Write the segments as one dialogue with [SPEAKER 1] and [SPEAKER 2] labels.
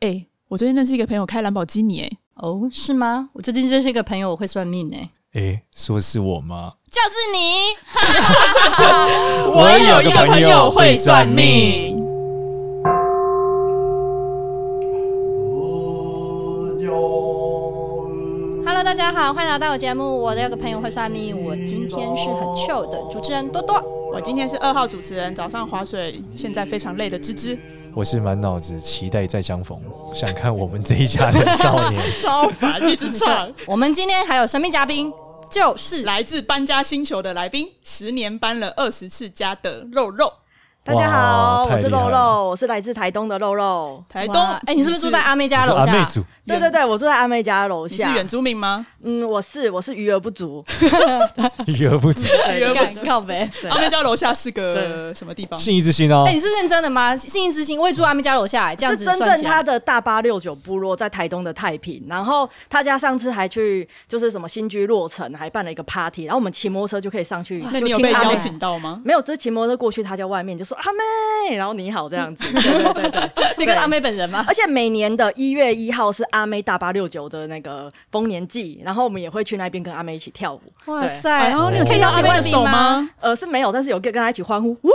[SPEAKER 1] 哎、我最近认识一个朋友开兰博基尼、哎，
[SPEAKER 2] 哦，是吗？我最近认识一个朋友，我会算命哎、
[SPEAKER 3] 哎，说是我吗？
[SPEAKER 2] 就是你。
[SPEAKER 3] 我有一个朋友会算命。
[SPEAKER 2] Hello，大家好，欢迎来到我节目。我的有个朋友会算命，我今天是很 chill 的主持人多多。
[SPEAKER 1] 我今天是二号主持人，早上划水，现在非常累的芝芝，
[SPEAKER 3] 我是满脑子期待再相逢，想看我们这一家的少年。
[SPEAKER 1] 超烦，一直唱。
[SPEAKER 2] 我们今天还有神秘嘉宾，就是
[SPEAKER 1] 来自搬家星球的来宾，十年搬了二十次家的肉肉，
[SPEAKER 4] 大家
[SPEAKER 3] 哇
[SPEAKER 4] 好，我
[SPEAKER 3] 太
[SPEAKER 4] 是
[SPEAKER 3] 厉害
[SPEAKER 4] 肉
[SPEAKER 3] 了
[SPEAKER 4] 肉，我是来自台东的肉肉。
[SPEAKER 1] 台东。
[SPEAKER 2] 哇哎、你是不是住在阿妹家楼
[SPEAKER 3] 我是阿
[SPEAKER 2] 下
[SPEAKER 3] 啊妹？组，
[SPEAKER 4] 对对对，我住在阿妹家楼
[SPEAKER 1] 你是
[SPEAKER 3] 啊
[SPEAKER 4] 下。
[SPEAKER 1] 原住民吗？
[SPEAKER 4] 嗯，我是我是余额不足，
[SPEAKER 3] 余额不足，
[SPEAKER 4] 对
[SPEAKER 1] 原住
[SPEAKER 2] 干靠呗。
[SPEAKER 4] 对
[SPEAKER 1] 阿妹家楼下是个什么地方？
[SPEAKER 3] 信义之星哦
[SPEAKER 2] 哎、。你是认真的吗？信义之星，我也住阿妹家楼下、哎这样
[SPEAKER 4] 是
[SPEAKER 2] 子
[SPEAKER 4] 真
[SPEAKER 2] 算
[SPEAKER 4] 正
[SPEAKER 2] 起
[SPEAKER 4] 他
[SPEAKER 2] 来。
[SPEAKER 4] 的大八六九部落在台东的太平，然后他家上次还去就是什么新居落成，还办了一个 party，然后我们骑摩托车就可以上去。
[SPEAKER 1] 那
[SPEAKER 4] 就
[SPEAKER 1] 你有
[SPEAKER 4] 听
[SPEAKER 1] 被
[SPEAKER 4] 阿妹
[SPEAKER 1] 邀请？到吗？
[SPEAKER 4] 没有，就是骑摩托车过去他家外面就说阿妹，然后你好这样子。对对对对，
[SPEAKER 2] 你跟阿妹本人吗？
[SPEAKER 4] 而且每年的一月一号是阿妹大八六九的那个丰年祭，然后我们也会去那边跟阿妹一起跳舞。
[SPEAKER 2] 哇
[SPEAKER 4] 对
[SPEAKER 2] 塞！
[SPEAKER 1] 然后你有
[SPEAKER 3] 我
[SPEAKER 1] 牵到阿妹的手吗？
[SPEAKER 4] 呃，是没有，但是有跟跟他一起欢呼，呜！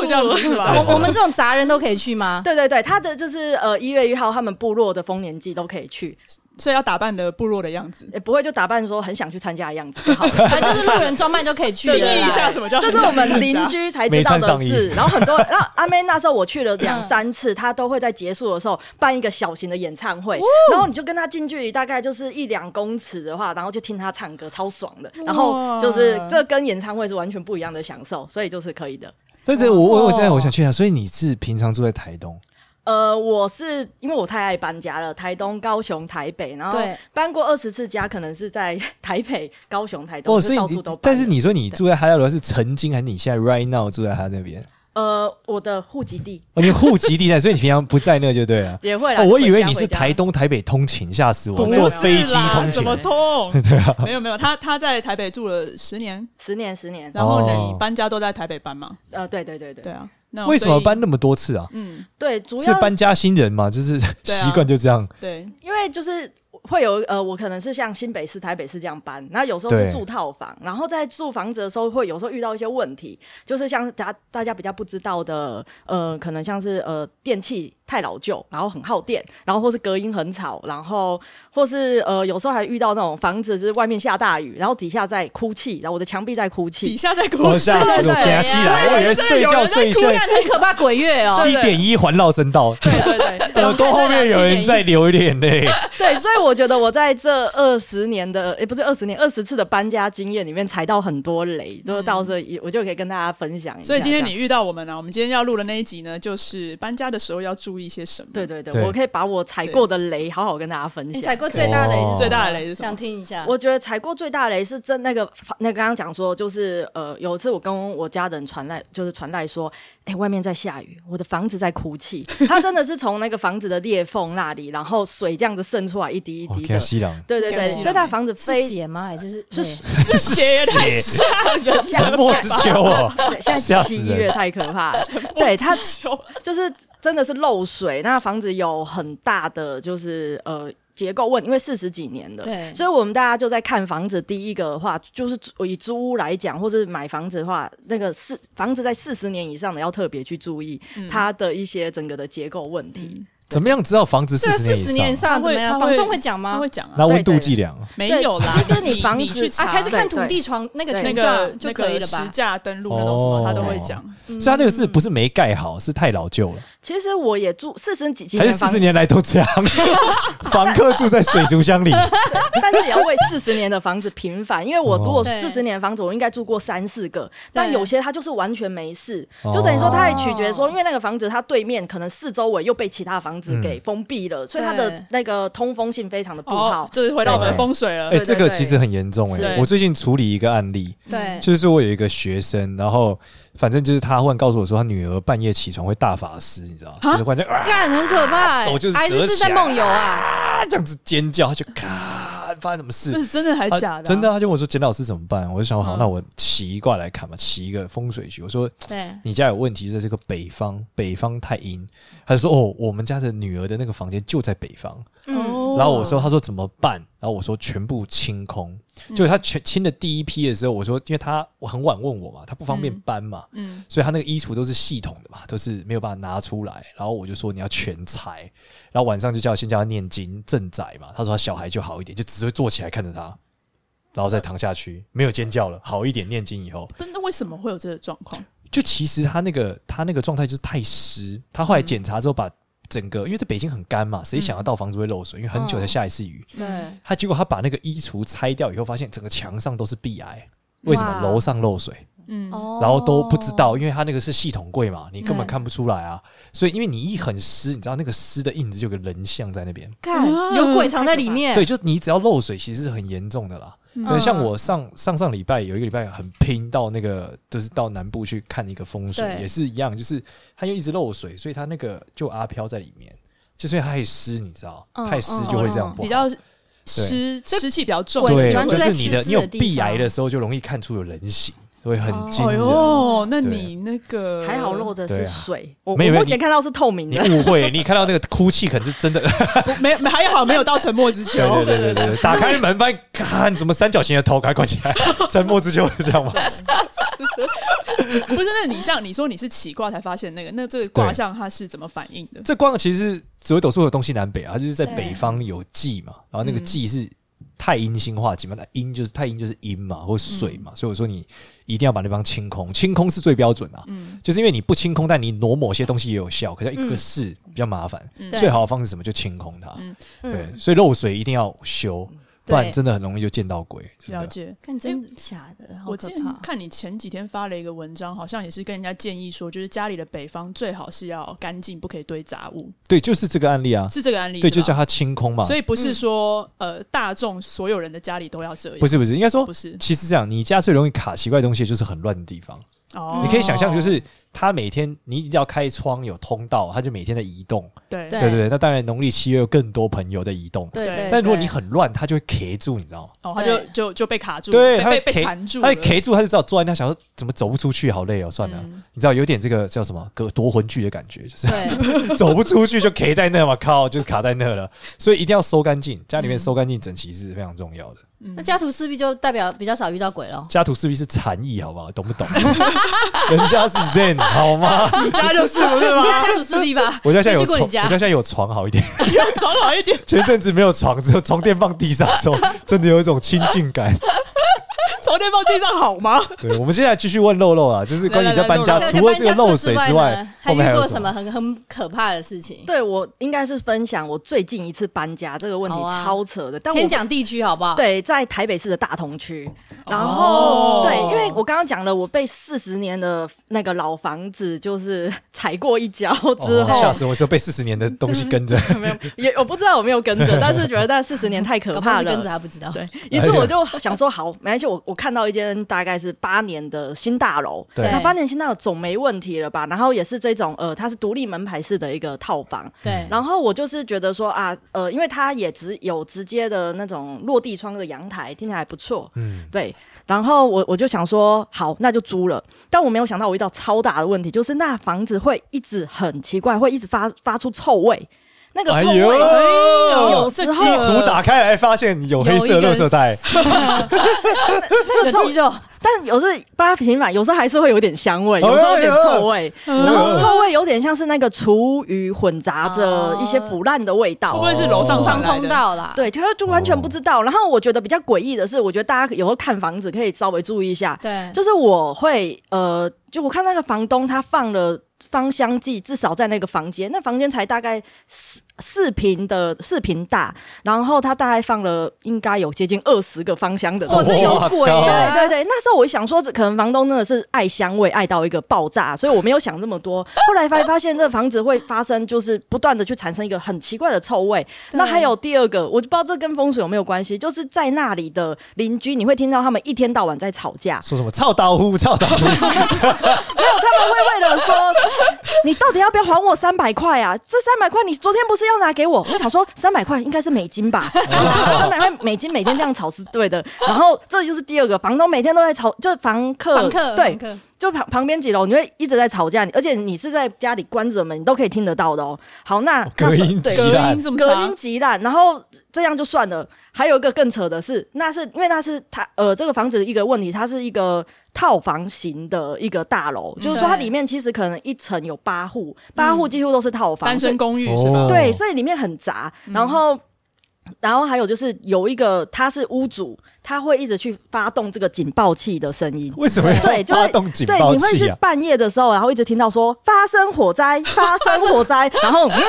[SPEAKER 1] 不这样子是吧？
[SPEAKER 2] 我我们这种杂人都可以去吗？
[SPEAKER 4] 对对对，他的就是呃一月一号，他们部落的丰年祭都可以去，
[SPEAKER 1] 所以要打扮的部落的样子，
[SPEAKER 4] 也不会就打扮说很想去参加的样子就好 了。
[SPEAKER 2] 啊，就是路人装扮就可以去
[SPEAKER 1] 定
[SPEAKER 2] 的
[SPEAKER 1] 义一
[SPEAKER 2] 啦。
[SPEAKER 1] 下什么叫
[SPEAKER 4] 这是我们邻居才知道的事，然后很多，然后阿妹那时候我去了两三次，她都会在结束的时候办一个小型的演唱会，然后你就跟她近距离，大概就是一两公尺的话，然后就听她唱歌，超爽的。然后就是这跟演唱会是完全不一样的享受，所以就是可以的。
[SPEAKER 3] 但是我我我现在我想去啊，所以你是平常住在台东，
[SPEAKER 4] 呃，我是因为我太爱搬家了，台东、高雄、台北，然后
[SPEAKER 2] 对
[SPEAKER 4] 搬过二十次家，可能是在台北、高雄、台东，
[SPEAKER 3] 哦，
[SPEAKER 4] 就
[SPEAKER 3] 所以
[SPEAKER 4] 到
[SPEAKER 3] 你
[SPEAKER 4] 处都搬了。
[SPEAKER 3] 但是你说你住在哈罗是曾经还是你现在 right now 住在他那边？
[SPEAKER 4] 呃，我的户籍地
[SPEAKER 3] 哦，你户籍地在，所以你平常不在那就对 了。
[SPEAKER 4] 也会来、
[SPEAKER 3] 哦，我以为你
[SPEAKER 4] 啊回
[SPEAKER 3] 是
[SPEAKER 4] 家
[SPEAKER 3] 台，东、台北通勤，吓死我！
[SPEAKER 4] 不
[SPEAKER 3] 坐
[SPEAKER 4] 是
[SPEAKER 3] 飞机通
[SPEAKER 1] 怎么
[SPEAKER 3] 勤，啊
[SPEAKER 1] 通？ 没有没有，他他在台北住了十年，
[SPEAKER 4] 十年十年，
[SPEAKER 1] 然后
[SPEAKER 3] 哦
[SPEAKER 1] 你搬家都在台北搬嘛？
[SPEAKER 4] 呃，对对对对
[SPEAKER 1] 对啊，那
[SPEAKER 3] 为什么
[SPEAKER 1] 所以
[SPEAKER 3] 搬？那么多次啊？
[SPEAKER 1] 嗯，
[SPEAKER 4] 对，主
[SPEAKER 3] 是
[SPEAKER 4] 要
[SPEAKER 3] 搬家新人嘛，就是
[SPEAKER 1] 啊
[SPEAKER 3] 习惯就这样。
[SPEAKER 1] 对，
[SPEAKER 4] 因为就是会有呃，我可能是像新北市、台北市这样搬，那有时候
[SPEAKER 3] 对
[SPEAKER 4] 是住套房，然后在住房子的时候会有时候遇到一些问题，就是像大大家比较不知道的，呃，可能像是呃电器太老旧，然后很耗电，然后或是隔音很吵，然后或是呃有时候还遇到那种房子就是外面下大雨，然后底下在哭泣，然后我的墙壁在哭
[SPEAKER 1] 底
[SPEAKER 4] 泣。
[SPEAKER 1] 下在哭
[SPEAKER 3] 我
[SPEAKER 1] 泣
[SPEAKER 3] 吓 死
[SPEAKER 2] 对
[SPEAKER 3] 我！
[SPEAKER 2] 对
[SPEAKER 3] 天啊，西来，我以为睡觉睡一睡，
[SPEAKER 2] 干很可怕鬼月哦。
[SPEAKER 3] 七点一环绕声道，
[SPEAKER 4] 对啊对对
[SPEAKER 3] 耳朵后面有人在流眼泪。
[SPEAKER 4] 对，所以我觉得我在这二十年的，也、不是二十年，二十次的搬家经验里面踩到很多雷，就是到时候也我就可以跟大家分享一下。
[SPEAKER 1] 所以今天你
[SPEAKER 4] 这样。
[SPEAKER 1] 遇到我们了、我们今天要录的那一集呢，就是搬家的时候要注意些什么。
[SPEAKER 4] 对对对，
[SPEAKER 3] 对
[SPEAKER 4] 我可以把我踩过的雷好好跟大家分
[SPEAKER 2] 你
[SPEAKER 4] 享
[SPEAKER 2] 踩。过最大的雷是什么
[SPEAKER 3] 哦
[SPEAKER 1] 最大的雷是什么
[SPEAKER 2] 哦想听一下。
[SPEAKER 4] 我觉得踩过最大的雷是真那个那刚刚讲说，就是呃，有一次我跟我家人传来，就是传来说，哎、外面在下雨，我的房子在哭泣。它真的是从那个房子的裂缝那里，然后水这样子渗出来一滴一
[SPEAKER 3] 我
[SPEAKER 1] 哦
[SPEAKER 4] 滴
[SPEAKER 3] 天啊，
[SPEAKER 4] 的。
[SPEAKER 3] 西郎，
[SPEAKER 4] 对对
[SPEAKER 1] 感
[SPEAKER 4] 对，
[SPEAKER 1] 谢
[SPEAKER 4] 所以它的房子
[SPEAKER 2] 是
[SPEAKER 4] 非
[SPEAKER 2] 血吗？还是是
[SPEAKER 4] 是
[SPEAKER 1] 这血也太吓人了，
[SPEAKER 3] 沉默之秋啊！
[SPEAKER 4] 对，现
[SPEAKER 3] 吓
[SPEAKER 4] 在
[SPEAKER 3] 死人
[SPEAKER 4] 七月太可怕了。 对它
[SPEAKER 1] 球
[SPEAKER 4] 就是真的是漏水，那房子有很大的就是呃。结构问，因为四十几年了，
[SPEAKER 2] 对
[SPEAKER 4] 所以我们大家就在看房子。第一个的话，就是租以租屋来讲，或是买房子的话，那个四房子在四十年以上的要特别去注意它的一些整个的结构问题。
[SPEAKER 3] 怎么样知道房子
[SPEAKER 2] 这
[SPEAKER 3] 四
[SPEAKER 2] 个四
[SPEAKER 3] 十
[SPEAKER 2] 十
[SPEAKER 3] 年
[SPEAKER 2] 年以
[SPEAKER 3] 以上？
[SPEAKER 2] 上怎么样？
[SPEAKER 1] 他
[SPEAKER 2] 房
[SPEAKER 1] 会
[SPEAKER 2] 仲会讲
[SPEAKER 1] 他
[SPEAKER 2] 吗
[SPEAKER 1] 会？讲啊，
[SPEAKER 3] 那温度计量，哦
[SPEAKER 1] 没有啦。
[SPEAKER 4] 对其实
[SPEAKER 1] 你
[SPEAKER 4] 你房子
[SPEAKER 1] 去查
[SPEAKER 2] 啊，还是看土
[SPEAKER 4] 对
[SPEAKER 2] 地床那个
[SPEAKER 4] 对
[SPEAKER 1] 那
[SPEAKER 2] 权
[SPEAKER 1] 个
[SPEAKER 2] 状就可以
[SPEAKER 1] 那
[SPEAKER 2] 了
[SPEAKER 1] 个
[SPEAKER 2] 吧
[SPEAKER 1] 实？价登录那种什么，
[SPEAKER 3] 哦
[SPEAKER 1] 他都会讲。
[SPEAKER 3] 所以他那个是不是没盖好？是太老旧了，
[SPEAKER 4] 其实我也住四十几几
[SPEAKER 3] 还
[SPEAKER 4] 年
[SPEAKER 3] 是四
[SPEAKER 4] 房
[SPEAKER 3] 十，年来都这样？房客住在水族箱里，
[SPEAKER 4] 但是也要为四十年的房子平反，因为我如
[SPEAKER 3] 哦
[SPEAKER 4] 果
[SPEAKER 2] 对
[SPEAKER 4] 四十年的房子，我应该住过三四个，但有些它就是完全没事，就等于
[SPEAKER 3] 哦
[SPEAKER 4] 说它也取决说，因为那个房子它对面可能四周围又被其他房子
[SPEAKER 3] 嗯
[SPEAKER 4] 给封闭了，所以它
[SPEAKER 2] 对
[SPEAKER 4] 的那个通风性非常的不
[SPEAKER 1] 哦
[SPEAKER 4] 好，。
[SPEAKER 1] 这是回到我们的
[SPEAKER 3] 对
[SPEAKER 1] 风水了。
[SPEAKER 3] 哎，
[SPEAKER 4] 对
[SPEAKER 3] 这个其实很严重哎。
[SPEAKER 1] 是
[SPEAKER 3] 我最近处理一个案例，
[SPEAKER 2] 对，
[SPEAKER 3] 就是说我有一个学生，然后反正就是他忽然告诉我说，他女儿半夜起床会大法师，你知道吗？就是忽然就啊
[SPEAKER 2] 这样很可怕欸
[SPEAKER 3] 手就是折起来
[SPEAKER 2] 还是是在梦游啊？
[SPEAKER 3] 这样子尖叫，他就咔发生什么事
[SPEAKER 1] 这？是真的还
[SPEAKER 3] 他
[SPEAKER 1] 假的啊？
[SPEAKER 3] 真的啊，他就问我说简老师怎么办？我就想好，
[SPEAKER 1] 嗯
[SPEAKER 3] 那我起一卦来看嘛，起一个风水局。我说
[SPEAKER 2] 对，
[SPEAKER 3] 你家有问题，这是个北方，北方太阴。他就说哦，我们家的女儿的那个房间就在北方。
[SPEAKER 2] 嗯，
[SPEAKER 1] 哦
[SPEAKER 3] 然后我说，他说怎么办？然后我说全部清空。
[SPEAKER 1] 嗯
[SPEAKER 3] 就他全清的第一批的时候，我说因为他我很晚问我嘛，他不方便
[SPEAKER 1] 嗯
[SPEAKER 3] 搬嘛，
[SPEAKER 1] 嗯，
[SPEAKER 3] 所以他那个衣橱都是系统的嘛，都是没有办法拿出来。然后我就说你要全拆，然后晚上就叫先叫他念经镇宅嘛。他说他小孩就好一点，就只会坐起来看着他，然后再躺下去，没有尖叫了，好一点。念经以后，
[SPEAKER 1] 不是，那为什么会有这个状况？
[SPEAKER 3] 就其实他那个他那个状态就是太湿。他后来检查之后，把整个因为在北京很干嘛，谁想要到房子会漏水？因为很久才下一次
[SPEAKER 2] 嗯
[SPEAKER 3] 雨。
[SPEAKER 2] 对，
[SPEAKER 3] 他结果他把那个衣橱拆掉以后，发现整个墙上都是壁癌，为什么
[SPEAKER 2] 哇
[SPEAKER 3] 楼上漏水？
[SPEAKER 1] 嗯，
[SPEAKER 2] 哦，
[SPEAKER 3] 然后都不知道，因为它那个是系统柜嘛，你根
[SPEAKER 2] 嗯
[SPEAKER 3] 本看不出来啊。所以因为你一很湿，你知道那个湿的印子就有个人像在那边。
[SPEAKER 2] 干有鬼藏在里面，
[SPEAKER 3] 对，就是你只要漏水，其实是很严重的啦。
[SPEAKER 2] 嗯
[SPEAKER 3] 对，像我上上上礼拜有一个礼拜很拼到那个，就是到南部去看一个风水，
[SPEAKER 2] 对
[SPEAKER 3] 也是一样，就是它又一直漏水，所以它那个就阿飘在里面，就是因为它太湿，你知道，
[SPEAKER 2] 嗯
[SPEAKER 3] 太湿就会这样不好。
[SPEAKER 1] 比较湿湿气比较重，
[SPEAKER 2] 鬼
[SPEAKER 3] 对，
[SPEAKER 2] 喜欢住
[SPEAKER 3] 就
[SPEAKER 2] 在
[SPEAKER 3] 是你的
[SPEAKER 2] 湿
[SPEAKER 3] 你有
[SPEAKER 2] 的地
[SPEAKER 3] 壁癌
[SPEAKER 2] 方
[SPEAKER 3] 的时候，就容易看出有人形，会很
[SPEAKER 2] 哦
[SPEAKER 3] 惊
[SPEAKER 1] 哎
[SPEAKER 3] 人。
[SPEAKER 1] 呦，那
[SPEAKER 3] 对
[SPEAKER 1] 你那个
[SPEAKER 4] 还好漏的
[SPEAKER 3] 对
[SPEAKER 4] 是
[SPEAKER 3] 啊
[SPEAKER 4] 水，我我
[SPEAKER 3] 没有没有
[SPEAKER 4] 目前
[SPEAKER 3] 你
[SPEAKER 4] 看到是透明
[SPEAKER 3] 你
[SPEAKER 4] 的。
[SPEAKER 3] 误会，你看到那个哭泣，可能是真的。
[SPEAKER 1] 不没没 还好没有到沉默 之丘，
[SPEAKER 3] 对对对对对，打开门发现，看怎么三角形的头，赶快关 起来。沉默之丘会这样吗？
[SPEAKER 1] 不是，那你像你说你是起卦才发现那个，那这个卦象它是怎么反应的？
[SPEAKER 3] 这光其实紫微斗数有东西南北啊，它就是在北方有忌嘛，然后那个忌是太阴星化忌嘛，那阴就是太阴就是阴嘛，或水嘛，所以我说你一定要把那方清空，清空是最标准啊。
[SPEAKER 1] 嗯
[SPEAKER 3] 就是因为你不清空，但你挪某些东西也有效，可是要一
[SPEAKER 2] 嗯
[SPEAKER 3] 个是比较麻烦，
[SPEAKER 1] 嗯
[SPEAKER 3] 最好的方式是什么就清空它。
[SPEAKER 1] 嗯
[SPEAKER 3] 对
[SPEAKER 2] 嗯，，
[SPEAKER 3] 所以漏水一定要修，不
[SPEAKER 2] 对
[SPEAKER 3] 然真的很容易就见到鬼。真的
[SPEAKER 1] 了解。
[SPEAKER 2] 看真的假的，
[SPEAKER 1] 我
[SPEAKER 2] 好可
[SPEAKER 1] 之前
[SPEAKER 2] 怕。
[SPEAKER 1] 看你前几天发了一个文章，好像也是跟人家建议说，就是家里的北方最好是要干净，不可以堆杂物，
[SPEAKER 3] 对，就是这个案例啊，
[SPEAKER 1] 是这个案例
[SPEAKER 3] 对，
[SPEAKER 1] 是
[SPEAKER 3] 就
[SPEAKER 1] 吧
[SPEAKER 3] 叫他清空嘛。
[SPEAKER 1] 所以不是说、呃大众所有人的家里都要这样，
[SPEAKER 3] 不是不是，应该说
[SPEAKER 1] 不是
[SPEAKER 3] 其实这样，你家最容易卡奇怪的东西就是很乱的地方。
[SPEAKER 1] 哦，
[SPEAKER 3] 你可以想象，就是它每天你一定要开窗有通道，它就每天在移动，
[SPEAKER 1] 对
[SPEAKER 2] 对
[SPEAKER 3] 对不对？那当然，农历七月有更多朋友在移动，
[SPEAKER 2] 对对，
[SPEAKER 3] 但如果你
[SPEAKER 2] 对
[SPEAKER 3] 很乱，它就会 K 住，你知道吗？
[SPEAKER 1] 哦，他就
[SPEAKER 2] 对
[SPEAKER 1] 就就被卡住，
[SPEAKER 3] 对，它
[SPEAKER 1] 被
[SPEAKER 3] 会
[SPEAKER 1] 被被
[SPEAKER 3] K-
[SPEAKER 1] 缠住
[SPEAKER 3] 它
[SPEAKER 1] 了，
[SPEAKER 3] 会 K 住，它就知道坐在那，想说怎么走不出去，好累哦，算了，
[SPEAKER 1] 嗯
[SPEAKER 3] 你知道有点这个叫什么隔夺魂剧的感觉，就是
[SPEAKER 2] 对
[SPEAKER 3] 走不出去就 K 在那嘛，靠，就是卡在那了，所以一定要收干净，家里
[SPEAKER 1] 嗯
[SPEAKER 3] 面收干净整齐是非常重要的。
[SPEAKER 2] 那家徒四壁就代表比较少遇到鬼咯。
[SPEAKER 3] 家徒四壁是禅意，好不好？懂不懂？ 人家是 Zen 好吗？，
[SPEAKER 1] 你家就是不是
[SPEAKER 2] 你
[SPEAKER 1] 吗？
[SPEAKER 2] 看家徒四壁吧
[SPEAKER 3] 我家现在有
[SPEAKER 2] 没去过
[SPEAKER 3] 床，
[SPEAKER 2] 你家
[SPEAKER 3] 我家现在有床好一点。
[SPEAKER 1] 找好一点，
[SPEAKER 3] 前阵子没有床，只有床垫放地上的时候， 真的有一种亲近感。
[SPEAKER 1] 床垫放地上好吗？
[SPEAKER 3] 对，我们现在继续问漏漏啊，就是关于你在搬家，
[SPEAKER 1] 来
[SPEAKER 2] 对
[SPEAKER 3] 除了这个漏水
[SPEAKER 2] 搬家
[SPEAKER 3] 之
[SPEAKER 2] 之
[SPEAKER 3] 外
[SPEAKER 2] 呢，还
[SPEAKER 3] 后面还
[SPEAKER 2] 遇
[SPEAKER 3] 有
[SPEAKER 2] 过什么？很很可怕的事情？
[SPEAKER 4] 对我应该是分享我最近一次搬家这个问题
[SPEAKER 2] 好啊
[SPEAKER 4] 超扯的，但我
[SPEAKER 2] 先讲地区好不好？，
[SPEAKER 4] 对，在台北市的大同区。然后、
[SPEAKER 1] 哦
[SPEAKER 4] 对，因为我刚刚讲了，我被四十年的那个老房子就是踩过一脚之
[SPEAKER 3] 哦
[SPEAKER 4] 后，
[SPEAKER 3] 吓死我！说被四十年的东西跟着，
[SPEAKER 4] 没有也我不知道有没有跟 着，但是觉得那四十年太可
[SPEAKER 2] 搞不
[SPEAKER 4] 怕
[SPEAKER 2] 好是跟着
[SPEAKER 4] 了。
[SPEAKER 2] 他不知道。
[SPEAKER 4] 对，于是我就想说，好，没关系，我我看到一间大概是八年的新大楼，
[SPEAKER 3] 对
[SPEAKER 4] 那八年新大楼总没问题了吧？然后也是这种呃，它是独立门牌式的一个套房，
[SPEAKER 2] 对，
[SPEAKER 4] 然后我就是觉得说啊，呃，因为它也只有直接的那种落地窗的阳台，听起来还不错，
[SPEAKER 3] 嗯，
[SPEAKER 4] 对。然后我我就想说，好，那就租了。但我没有想到我遇到超大的问题，就是那房子会一直很奇怪，会一直发发出臭味，那个
[SPEAKER 3] 哎
[SPEAKER 4] 臭
[SPEAKER 3] 呦，
[SPEAKER 4] 味。
[SPEAKER 3] 衣
[SPEAKER 4] 有时候
[SPEAKER 3] 橱打开来发现有黑色垃圾袋，
[SPEAKER 4] 那个
[SPEAKER 2] 有
[SPEAKER 4] 臭
[SPEAKER 2] 肌，肉，
[SPEAKER 4] 但有时候八平板，有时候还是会有点香味，有时候有点臭味，
[SPEAKER 1] 哎呦
[SPEAKER 4] 然后臭味有点像是那个厨余混杂着一些腐烂的味道，
[SPEAKER 3] 哦
[SPEAKER 1] 会不会是楼上传
[SPEAKER 2] 上
[SPEAKER 1] 来的
[SPEAKER 2] 通？道啦。
[SPEAKER 4] 对，他就完全不知道。然后我觉得比较诡异的是，我觉得大家有时候看房子可以稍微注意一下，
[SPEAKER 2] 对，
[SPEAKER 4] 就是我会呃，就我看那个房东他放了芳香剂，至少在那个房间，那房间才大概四四平的四平大，然后他大概放了应该有接近二十个芳香的东
[SPEAKER 2] 哇，
[SPEAKER 4] 西。
[SPEAKER 2] 哦这有
[SPEAKER 3] 哇
[SPEAKER 2] 鬼
[SPEAKER 3] 靠
[SPEAKER 2] 啊！
[SPEAKER 4] 对对对，那时候我想说，这可能房东真的是爱香味爱到一个爆炸，所以我没有想这 么多。后来发发现这个房子会发生，就是不断的去产生一个很奇怪的臭味。
[SPEAKER 2] 对
[SPEAKER 4] 那还有第二个，我就不知道这跟风水有没有关系，就是在那里的邻居，你会听到他们一天到晚在吵架，
[SPEAKER 3] 说什么操刀呼操刀呼，
[SPEAKER 4] 没有，他们会为了说你到底要不要还我三百块啊？这三百块你昨天不是要拿给我，我想说三百块应该是美金吧，
[SPEAKER 3] 哦
[SPEAKER 4] 三百块美金每天这样吵是对的。然后这就是第二个，房东每天都在吵，就是房客
[SPEAKER 2] 房客
[SPEAKER 4] 对
[SPEAKER 2] 房，客
[SPEAKER 4] 就旁旁边几楼，你会一直在吵架，你而且你是在家里关着门，你都可以听得到的哦。好，那那
[SPEAKER 3] 隔音
[SPEAKER 4] 对
[SPEAKER 3] 极烂
[SPEAKER 1] 隔音这么
[SPEAKER 4] 隔
[SPEAKER 1] 差
[SPEAKER 4] 音，极烂，然后这样就算了。还有一个更扯的是，那是因为那是它呃这个房子一个问题，它是一个套房型的一个大楼，
[SPEAKER 1] 嗯
[SPEAKER 4] 就是说它
[SPEAKER 2] 对
[SPEAKER 4] 里面其实可能一层有八户，八户几乎都是套房，
[SPEAKER 1] 单
[SPEAKER 4] 所以
[SPEAKER 1] 身嗯公寓是吧？
[SPEAKER 3] 哦
[SPEAKER 4] 对，所以里面很杂。然后，然后还有就是有一个他是屋主，他会一直去发动这个警报器的声音。
[SPEAKER 3] 为什么要
[SPEAKER 4] 对，就
[SPEAKER 3] 发
[SPEAKER 4] 会
[SPEAKER 3] 动警
[SPEAKER 4] 对，
[SPEAKER 3] 报
[SPEAKER 4] 你会
[SPEAKER 3] 器
[SPEAKER 4] 是
[SPEAKER 3] 啊？
[SPEAKER 4] 半夜的时候，然后一直听到说发生火灾，发生 火灾，然后嗯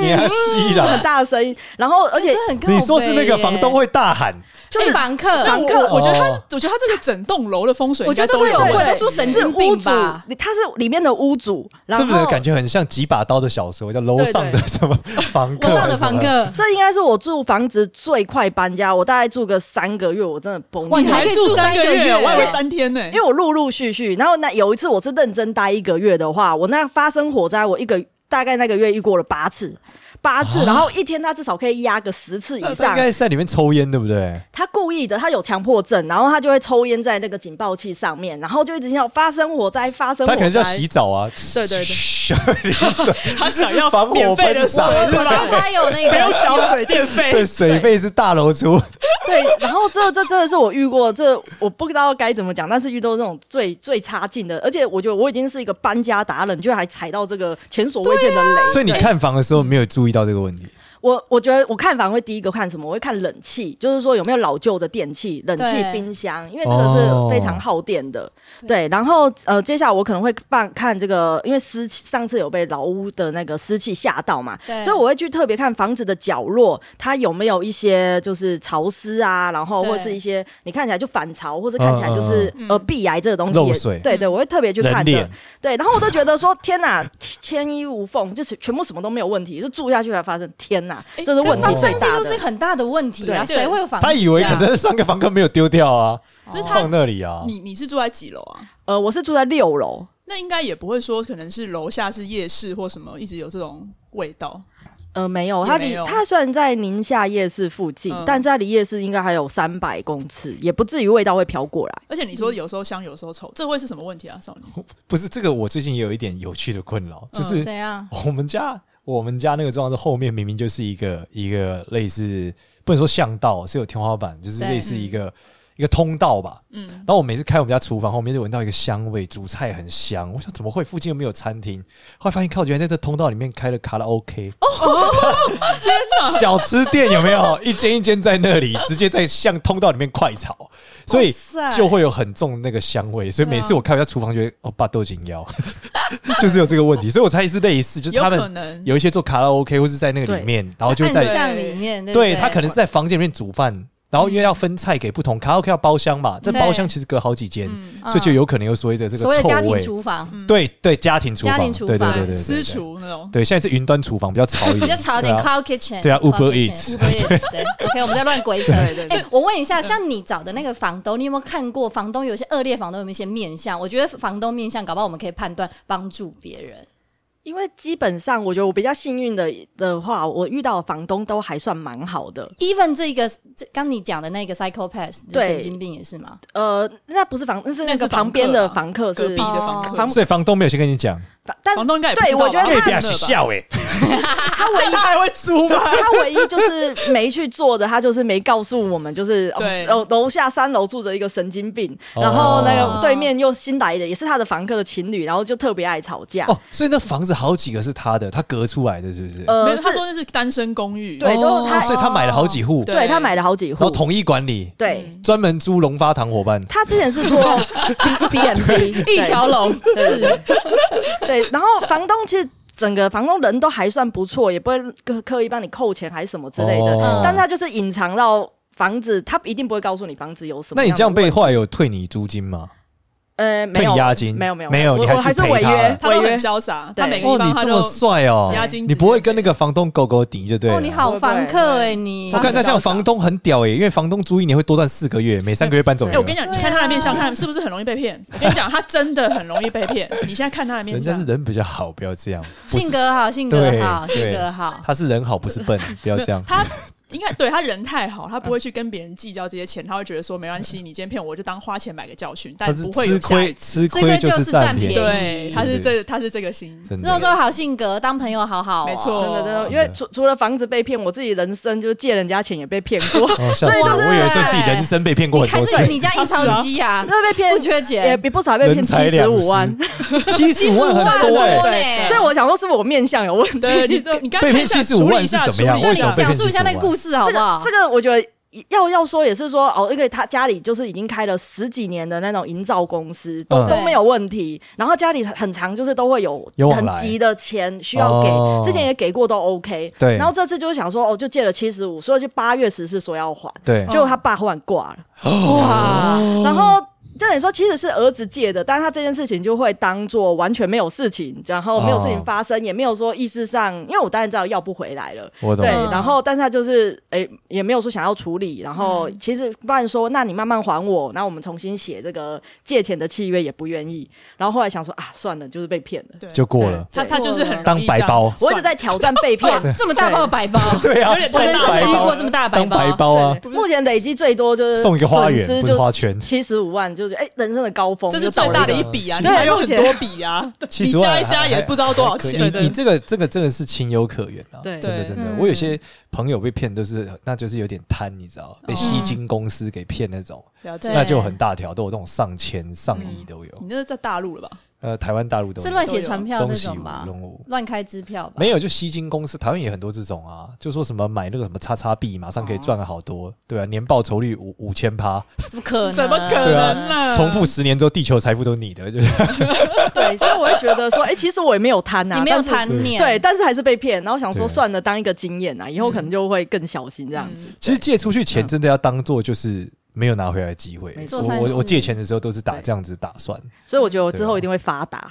[SPEAKER 3] 给他吸
[SPEAKER 4] 很
[SPEAKER 3] 了。
[SPEAKER 4] 大的声音，然后而且
[SPEAKER 2] 这很靠
[SPEAKER 3] 你说是那个
[SPEAKER 2] 北耶
[SPEAKER 3] 房东会大喊，
[SPEAKER 2] 是房
[SPEAKER 1] 但
[SPEAKER 2] 客，
[SPEAKER 1] 我我我觉得他
[SPEAKER 3] 哦，
[SPEAKER 1] 我觉得他这个整栋楼的风水
[SPEAKER 2] 我
[SPEAKER 1] 应
[SPEAKER 2] 觉
[SPEAKER 1] 该
[SPEAKER 2] 得
[SPEAKER 1] 都哎
[SPEAKER 2] 都是有
[SPEAKER 1] 问
[SPEAKER 2] 鬼，
[SPEAKER 1] 题
[SPEAKER 2] 都出神
[SPEAKER 4] 是
[SPEAKER 2] 经
[SPEAKER 4] 屋
[SPEAKER 2] 病
[SPEAKER 4] 主
[SPEAKER 2] 吧？，
[SPEAKER 4] 他是里面的屋主，
[SPEAKER 3] 这
[SPEAKER 4] 然
[SPEAKER 3] 不是
[SPEAKER 4] 后
[SPEAKER 3] 感觉很像几把刀的小说，叫楼上的
[SPEAKER 4] 对
[SPEAKER 3] 什么房客
[SPEAKER 2] 楼上
[SPEAKER 3] 还是什么？
[SPEAKER 2] 的房客，
[SPEAKER 4] 这应该是我住房子最快搬家，我大概住个三个月，我真的崩
[SPEAKER 2] 哇
[SPEAKER 4] 溃
[SPEAKER 1] 你。还住三个
[SPEAKER 2] 你还可以住三个月
[SPEAKER 1] 月，我还以为三天呢
[SPEAKER 4] 因。为我陆陆续续，然后那有一次我是认真待一个月的话，我那发生火灾，我一个大概那个月遇过了八次，八次，然后一天他至少可以压个十次以
[SPEAKER 3] 啊那他
[SPEAKER 4] 上
[SPEAKER 3] 应。该是在里面抽烟，对不对？
[SPEAKER 4] 他故意的，他有强迫症，然后他就会抽烟在那个警报器上面，然后就一直要发生火灾，发生火
[SPEAKER 3] 他
[SPEAKER 4] 灾。
[SPEAKER 3] 可能是要洗澡啊，
[SPEAKER 1] 对对对
[SPEAKER 3] 嘘，淋水
[SPEAKER 1] 他想要
[SPEAKER 3] 防火
[SPEAKER 1] 免费的水
[SPEAKER 3] 喷洒
[SPEAKER 2] 我，我觉得他有那
[SPEAKER 1] 还有
[SPEAKER 2] 个
[SPEAKER 1] 小水电费
[SPEAKER 3] 对，，水费是大楼出，
[SPEAKER 4] 对，然后这这真的是我遇过，这我不知道该怎么讲，但是遇到这种最最差劲的，而且我觉得我已经是一个搬家达人，居然还踩到这个前所未见的雷。
[SPEAKER 3] 所以你
[SPEAKER 4] 对
[SPEAKER 3] 看房的时候没有注意到这个问题。
[SPEAKER 4] 我我觉得我看房会第一个看什么？我会看冷气，就是说有没有老旧的电器，冷气
[SPEAKER 2] 对、
[SPEAKER 4] 冰箱，因为这个
[SPEAKER 1] 哦
[SPEAKER 4] 是非常耗电的。对，然后呃，接下来我可能会放看这个，因为湿气上次有被老屋的那个湿气吓到嘛，
[SPEAKER 2] 对
[SPEAKER 4] 所以我会去特别看房子的角落，它有没有一些就是潮湿啊，然后
[SPEAKER 2] 对
[SPEAKER 4] 或是一些你看起来就反潮，或者看起来就是
[SPEAKER 1] 嗯嗯嗯
[SPEAKER 4] 呃壁癌这个东西
[SPEAKER 3] 漏
[SPEAKER 4] 也，
[SPEAKER 3] 水
[SPEAKER 4] 对对，我会特别去看
[SPEAKER 3] 人
[SPEAKER 4] 的
[SPEAKER 3] 脸。
[SPEAKER 4] 对，然后我都觉得说天哪，天衣无缝，就是全部什么都没有问题，就住下去才发现天哪，
[SPEAKER 1] 诶
[SPEAKER 4] 这是问
[SPEAKER 2] 跟
[SPEAKER 4] 题
[SPEAKER 2] 房
[SPEAKER 4] 最
[SPEAKER 2] 商这
[SPEAKER 4] 大
[SPEAKER 2] 就是
[SPEAKER 4] 的。
[SPEAKER 2] 很大的问题啊！
[SPEAKER 1] 对
[SPEAKER 2] 谁会有房？
[SPEAKER 3] 他以为可能上个房客没有丢掉啊，
[SPEAKER 1] 就是他
[SPEAKER 3] 放那里啊。
[SPEAKER 1] 你你是住在几楼啊？
[SPEAKER 4] 呃，我是住在六楼，
[SPEAKER 1] 那应该也不会说，可能是楼下是夜市或什么，一直有这种味道。
[SPEAKER 4] 呃，没有，
[SPEAKER 1] 也
[SPEAKER 4] 它
[SPEAKER 1] 没
[SPEAKER 4] 离
[SPEAKER 1] 有
[SPEAKER 4] 它虽然在宁夏夜市附近，
[SPEAKER 1] 嗯
[SPEAKER 4] 但是它离夜市应该还有三百公尺，也不至于味道会飘过来。
[SPEAKER 1] 而且你
[SPEAKER 3] 嗯
[SPEAKER 1] 说有时候香，有时候臭，这会是什么问题啊，少 女？
[SPEAKER 3] 不是这个，我最近也有一点有趣的困扰，就
[SPEAKER 1] 嗯
[SPEAKER 3] 是
[SPEAKER 2] 怎样？
[SPEAKER 3] 我们家我们家那个装潢是后面明明就是一个一个类似不能说巷道，是有天花板，就是
[SPEAKER 2] 对
[SPEAKER 3] 类似一个一个通道吧。
[SPEAKER 1] 嗯
[SPEAKER 3] 然，后我每次开我们家厨房后面就闻到一个香味，煮菜很香。我想怎么会附近又没有餐厅？后来发现靠，原来在这通道里面开了卡 拉 OK。哦，小吃店有没有一间一间在那里，直接在向通道里面快炒，所以
[SPEAKER 2] 哇塞
[SPEAKER 3] 就会有很重的那个香味。所以
[SPEAKER 1] 对啊
[SPEAKER 3] 每次我开我家厨房，觉得哦，爸豆紧腰， 就是有这个问题。所以我猜是类似，就是
[SPEAKER 1] 有
[SPEAKER 3] 他
[SPEAKER 1] 可
[SPEAKER 3] 们
[SPEAKER 1] 能
[SPEAKER 3] 有一些做卡拉 OK 或是在那个里面，然后就在
[SPEAKER 2] 暗巷里面，对不嗯
[SPEAKER 3] 对他可能是在房间里面煮饭，然后因为要分菜给不同卡拉 OK 要包厢嘛，这
[SPEAKER 2] 对
[SPEAKER 3] 包厢其实隔好几间，
[SPEAKER 1] 嗯
[SPEAKER 3] 所以就有可能又随着这个
[SPEAKER 2] 所谓的
[SPEAKER 3] 臭
[SPEAKER 2] 家庭
[SPEAKER 3] 味。
[SPEAKER 2] 厨房，嗯
[SPEAKER 3] 对对，家庭厨
[SPEAKER 2] 家
[SPEAKER 3] 房，
[SPEAKER 2] 庭厨
[SPEAKER 3] 对对
[SPEAKER 2] 房
[SPEAKER 3] 对对对，
[SPEAKER 1] 私
[SPEAKER 3] 对。
[SPEAKER 1] 厨那种。
[SPEAKER 3] 对，现在是云端厨房，比较潮一点，
[SPEAKER 2] 比较潮点
[SPEAKER 3] 对啊
[SPEAKER 2] Cloud Kitchen，
[SPEAKER 3] 对啊
[SPEAKER 2] Cloud
[SPEAKER 3] Uber
[SPEAKER 2] Kitchen，
[SPEAKER 3] Eats
[SPEAKER 2] Uber Eats，对，OK，我们在乱鬼扯。
[SPEAKER 4] 对对对
[SPEAKER 2] 哎，我问一下，像你找的那个房东，你有没有看过房东有些恶劣房东有没有一些面相？我觉得房东面相，搞不好我们可以判断帮助别人。
[SPEAKER 4] 因为基本上我觉得我比较幸运的的话，我遇到的房东都还算蛮好的。
[SPEAKER 2] Even 这个这刚你讲的那个 psychopath，就是
[SPEAKER 4] 对
[SPEAKER 2] 神经病也是吗？
[SPEAKER 4] 呃，那不是房，那是
[SPEAKER 1] 那
[SPEAKER 4] 那
[SPEAKER 1] 是
[SPEAKER 4] 个
[SPEAKER 1] 房
[SPEAKER 4] 旁边
[SPEAKER 1] 客啊
[SPEAKER 4] 的房客是
[SPEAKER 1] 隔壁的房客，
[SPEAKER 4] 房
[SPEAKER 3] 所以房东没有先跟 你讲，
[SPEAKER 4] 房但
[SPEAKER 1] 房东应该也不知
[SPEAKER 4] 对
[SPEAKER 1] 道
[SPEAKER 4] 我觉
[SPEAKER 1] 吧
[SPEAKER 4] 得
[SPEAKER 3] 这
[SPEAKER 4] 他
[SPEAKER 1] 看
[SPEAKER 3] 点
[SPEAKER 1] 了
[SPEAKER 3] 是
[SPEAKER 1] 吧
[SPEAKER 3] 笑哎，
[SPEAKER 1] 他唯一他还会租吗？
[SPEAKER 4] 啊他唯一就是没去做的，他就是没告诉我们，就是哦
[SPEAKER 1] 对
[SPEAKER 4] 楼楼下三楼住着一个神经病，
[SPEAKER 3] 哦
[SPEAKER 4] 然后那个对面又新来的也是他的房客的情侣，然后就特别爱吵架。
[SPEAKER 3] 哦，所以那房子好几个是他的，他隔出来的是不是？
[SPEAKER 1] 没
[SPEAKER 4] 呃，
[SPEAKER 1] 有，他
[SPEAKER 4] 是
[SPEAKER 1] 说那是单身公寓。
[SPEAKER 4] 对
[SPEAKER 1] 哦
[SPEAKER 4] 都他
[SPEAKER 3] 哦所以他 买了好几户，
[SPEAKER 1] 对
[SPEAKER 3] 然
[SPEAKER 4] 对他买了好几
[SPEAKER 3] 后
[SPEAKER 4] 户，
[SPEAKER 3] 统一管理，
[SPEAKER 1] 嗯
[SPEAKER 4] 对。
[SPEAKER 3] 专门租龙发堂伙伴，
[SPEAKER 4] 他之前是 做 B and B
[SPEAKER 2] 一条龙是
[SPEAKER 4] 对，然后房东其实整个房东人都还算不错，也不会刻刻意帮你扣钱还是什么之类的，
[SPEAKER 2] 嗯
[SPEAKER 3] 哦
[SPEAKER 4] 但是他就是隐藏到房子，他一定不会告诉你房子有什么。
[SPEAKER 3] 那你这样被后来有退你租金吗？
[SPEAKER 4] 呃，没
[SPEAKER 3] 退
[SPEAKER 4] 有
[SPEAKER 3] 你押金
[SPEAKER 4] 没有没有
[SPEAKER 3] 没有
[SPEAKER 4] 我
[SPEAKER 3] 你
[SPEAKER 4] 我
[SPEAKER 3] 还是
[SPEAKER 4] 还是
[SPEAKER 3] 赔
[SPEAKER 4] 违
[SPEAKER 3] 他
[SPEAKER 4] 约，
[SPEAKER 1] 他
[SPEAKER 4] 违
[SPEAKER 1] 都很
[SPEAKER 4] 约
[SPEAKER 1] 潇洒，
[SPEAKER 4] 对
[SPEAKER 1] 他每个
[SPEAKER 3] 哦，
[SPEAKER 1] 地方
[SPEAKER 3] 你
[SPEAKER 1] 欸他
[SPEAKER 3] 这
[SPEAKER 1] 都
[SPEAKER 3] 么帅哦
[SPEAKER 1] 押金，
[SPEAKER 3] 你不会跟那个房东狗狗顶就对了。
[SPEAKER 2] 哦，你好房客哎、你
[SPEAKER 3] 我看那像房东很屌耶，因为房东租一年会多赚四个月，每三个月搬走一
[SPEAKER 1] 哎、
[SPEAKER 3] 个。
[SPEAKER 1] 我跟你讲，
[SPEAKER 2] 对啊
[SPEAKER 1] 你看他的面相，看是不是很容易被骗？我跟你讲，他真的很容易被骗。你现在看他的面
[SPEAKER 3] 人家
[SPEAKER 1] 相
[SPEAKER 3] 是，人比较好，不要这样。不是
[SPEAKER 2] 性格好，性
[SPEAKER 3] 对
[SPEAKER 2] 格好，
[SPEAKER 3] 对
[SPEAKER 2] 性格好。
[SPEAKER 3] 他是人好，不是 笨，不要这样。
[SPEAKER 1] 他应该对他人太好，
[SPEAKER 3] 嗯
[SPEAKER 1] 他不会去跟别人计较这些钱，他会觉得说没关系，你今天骗我，我就当花钱买个教训，
[SPEAKER 3] 他
[SPEAKER 1] 但
[SPEAKER 3] 是
[SPEAKER 1] 不会
[SPEAKER 3] 吃
[SPEAKER 1] 有下一
[SPEAKER 3] 亏，
[SPEAKER 1] 次。
[SPEAKER 3] 吃
[SPEAKER 2] 吃
[SPEAKER 3] 亏
[SPEAKER 2] 亏
[SPEAKER 3] 就
[SPEAKER 2] 就是是
[SPEAKER 3] 占
[SPEAKER 2] 占
[SPEAKER 3] 便
[SPEAKER 2] 便宜，
[SPEAKER 3] 宜
[SPEAKER 1] 对，他是这，他是这个心。
[SPEAKER 3] 真
[SPEAKER 2] 肉
[SPEAKER 3] 的
[SPEAKER 2] 肉好性格，当朋友好好、哦，
[SPEAKER 1] 没错
[SPEAKER 4] 真的真的，
[SPEAKER 3] 真
[SPEAKER 4] 因为
[SPEAKER 3] 的
[SPEAKER 4] 除除了房子被骗，我自己人生就是借人家钱也被骗过，
[SPEAKER 3] 哦，吓死
[SPEAKER 2] 所以
[SPEAKER 3] 我！
[SPEAKER 2] 就
[SPEAKER 3] 我
[SPEAKER 2] 是
[SPEAKER 3] 以为说自己人生被骗过
[SPEAKER 2] 你
[SPEAKER 3] 很
[SPEAKER 2] 开
[SPEAKER 3] 多
[SPEAKER 2] 始
[SPEAKER 3] 次，
[SPEAKER 2] 你家印钞机啊，
[SPEAKER 4] 那被骗
[SPEAKER 2] 不缺
[SPEAKER 4] 也
[SPEAKER 2] 钱，
[SPEAKER 4] 比不少被骗
[SPEAKER 3] 人财
[SPEAKER 4] 七十
[SPEAKER 3] 两
[SPEAKER 4] 五万，
[SPEAKER 3] 失，七十
[SPEAKER 2] 七十
[SPEAKER 3] 五
[SPEAKER 2] 五
[SPEAKER 3] 万
[SPEAKER 2] 万
[SPEAKER 3] 很多
[SPEAKER 2] 多
[SPEAKER 3] 哎。
[SPEAKER 2] 嘞。
[SPEAKER 4] 所以我想说是不是我面相有问 题？
[SPEAKER 1] 对你
[SPEAKER 4] 这，
[SPEAKER 1] 你刚
[SPEAKER 3] 被骗
[SPEAKER 1] 看一下
[SPEAKER 3] 75万
[SPEAKER 1] 处理一下
[SPEAKER 3] 是怎么样
[SPEAKER 1] 处理一
[SPEAKER 2] 那
[SPEAKER 3] 为
[SPEAKER 2] 你
[SPEAKER 3] 什么
[SPEAKER 1] 下
[SPEAKER 3] 被
[SPEAKER 2] 讲述一下那个故事好不好？
[SPEAKER 4] 这个我觉得。要要说也是说哦，因为他家里就是已经开了十几年的那种营造公司，都、
[SPEAKER 3] 嗯
[SPEAKER 4] 都没有问题。然后家里很长就是都会有
[SPEAKER 3] 有往
[SPEAKER 4] 很
[SPEAKER 3] 来
[SPEAKER 4] 急的钱需要给，
[SPEAKER 3] 哦
[SPEAKER 4] 之前也给过都 OK。
[SPEAKER 3] 对
[SPEAKER 4] 然后这次就是想说哦，就借了七十五，所以就八月十四说要还，
[SPEAKER 3] 对，
[SPEAKER 4] 结果他爸忽然挂了。
[SPEAKER 2] 哇，
[SPEAKER 3] 哦
[SPEAKER 4] 然后就等于说，其实是儿子借的，但是他这件事情就会当做完全没有事情，然后没有事
[SPEAKER 3] 哦
[SPEAKER 4] 情发生，也没有说意识上，因为我当然知道要不回来了，
[SPEAKER 3] 我懂
[SPEAKER 4] 对，
[SPEAKER 2] 嗯
[SPEAKER 3] 了。
[SPEAKER 4] 然后但是他就是诶、也没有说想要处理，然后
[SPEAKER 3] 嗯
[SPEAKER 4] 其实不然说，那你慢慢还我，然后我们重新写这个借钱的契约也不愿意，然后后来想说啊，算了，就是被骗了，
[SPEAKER 1] 对
[SPEAKER 3] 就过了，
[SPEAKER 1] 他他就是很容易
[SPEAKER 3] 当白
[SPEAKER 1] 这样
[SPEAKER 3] 包
[SPEAKER 4] 我一直在挑战 被骗。
[SPEAKER 2] 这么大包的白包，
[SPEAKER 3] 对啊，
[SPEAKER 1] 有点
[SPEAKER 2] 我人
[SPEAKER 1] 太
[SPEAKER 2] 生
[SPEAKER 1] 大
[SPEAKER 2] 没
[SPEAKER 3] 哦白
[SPEAKER 2] 遇过
[SPEAKER 3] 包
[SPEAKER 2] 这么大的
[SPEAKER 3] 当白
[SPEAKER 2] 包。
[SPEAKER 3] 包啊，
[SPEAKER 4] 对目前累积最多就是
[SPEAKER 3] 送一个花园不是花圈
[SPEAKER 4] 七十五万就是哎、人生的高峰，
[SPEAKER 1] 这
[SPEAKER 4] 就是到
[SPEAKER 1] 最
[SPEAKER 4] 了
[SPEAKER 1] 大的
[SPEAKER 4] 个
[SPEAKER 1] 一笔啊，你
[SPEAKER 4] 对
[SPEAKER 1] 还有
[SPEAKER 4] 目
[SPEAKER 1] 很
[SPEAKER 4] 前
[SPEAKER 1] 多笔 啊，你
[SPEAKER 3] 70万
[SPEAKER 1] 加一加也不知道多少
[SPEAKER 3] 还还
[SPEAKER 1] 钱。
[SPEAKER 3] 你你这个这个真的是情有可原啊，
[SPEAKER 4] 对
[SPEAKER 3] 真的
[SPEAKER 1] 对
[SPEAKER 3] 真的
[SPEAKER 2] 嗯。
[SPEAKER 3] 我有些朋友被骗都是，那就是有点贪，你知道，被吸金公司给骗那种，
[SPEAKER 1] 了
[SPEAKER 2] 嗯对嗯
[SPEAKER 1] 解，
[SPEAKER 3] 那就很大条，都有那种上千上亿都有。
[SPEAKER 1] 你那是在大陆了吧？
[SPEAKER 3] 呃，台湾大陆都有
[SPEAKER 2] 是乱写传票
[SPEAKER 3] 东
[SPEAKER 2] 那
[SPEAKER 3] 西
[SPEAKER 2] 种
[SPEAKER 3] 五
[SPEAKER 2] 吧？
[SPEAKER 3] 龙五。
[SPEAKER 2] 乱开支票吧？
[SPEAKER 3] 没有，就吸金公司，台湾也很多这种啊，就说什么买那个什么叉叉币，马上可以
[SPEAKER 2] 哦
[SPEAKER 3] 赚了好多，对啊，年报酬率五五千趴，
[SPEAKER 2] 怎么可能？
[SPEAKER 1] 怎么可
[SPEAKER 3] 对啊
[SPEAKER 1] 能
[SPEAKER 2] 嗯
[SPEAKER 1] 呢？
[SPEAKER 3] 重复十年之后，地球财富都你的，就是
[SPEAKER 4] 对，所以我会觉得说，哎、其实我也没有贪呐、
[SPEAKER 2] 你没有
[SPEAKER 4] 但是
[SPEAKER 2] 贪念，
[SPEAKER 4] 对，，但是还是被骗，然后想说
[SPEAKER 3] 对
[SPEAKER 4] 算了，当一个经验啊，以
[SPEAKER 1] 嗯
[SPEAKER 4] 后可能就会更小心这样子。
[SPEAKER 3] 其实借出去钱真的要当做就是没有拿回来的机会
[SPEAKER 4] 没。
[SPEAKER 2] 错
[SPEAKER 3] 我
[SPEAKER 2] 善
[SPEAKER 3] 我
[SPEAKER 2] 事
[SPEAKER 3] 我借钱的时候都是打
[SPEAKER 4] 对
[SPEAKER 3] 这样子打算，
[SPEAKER 4] 所以我觉得我
[SPEAKER 3] 啊
[SPEAKER 4] 之后一定会发达。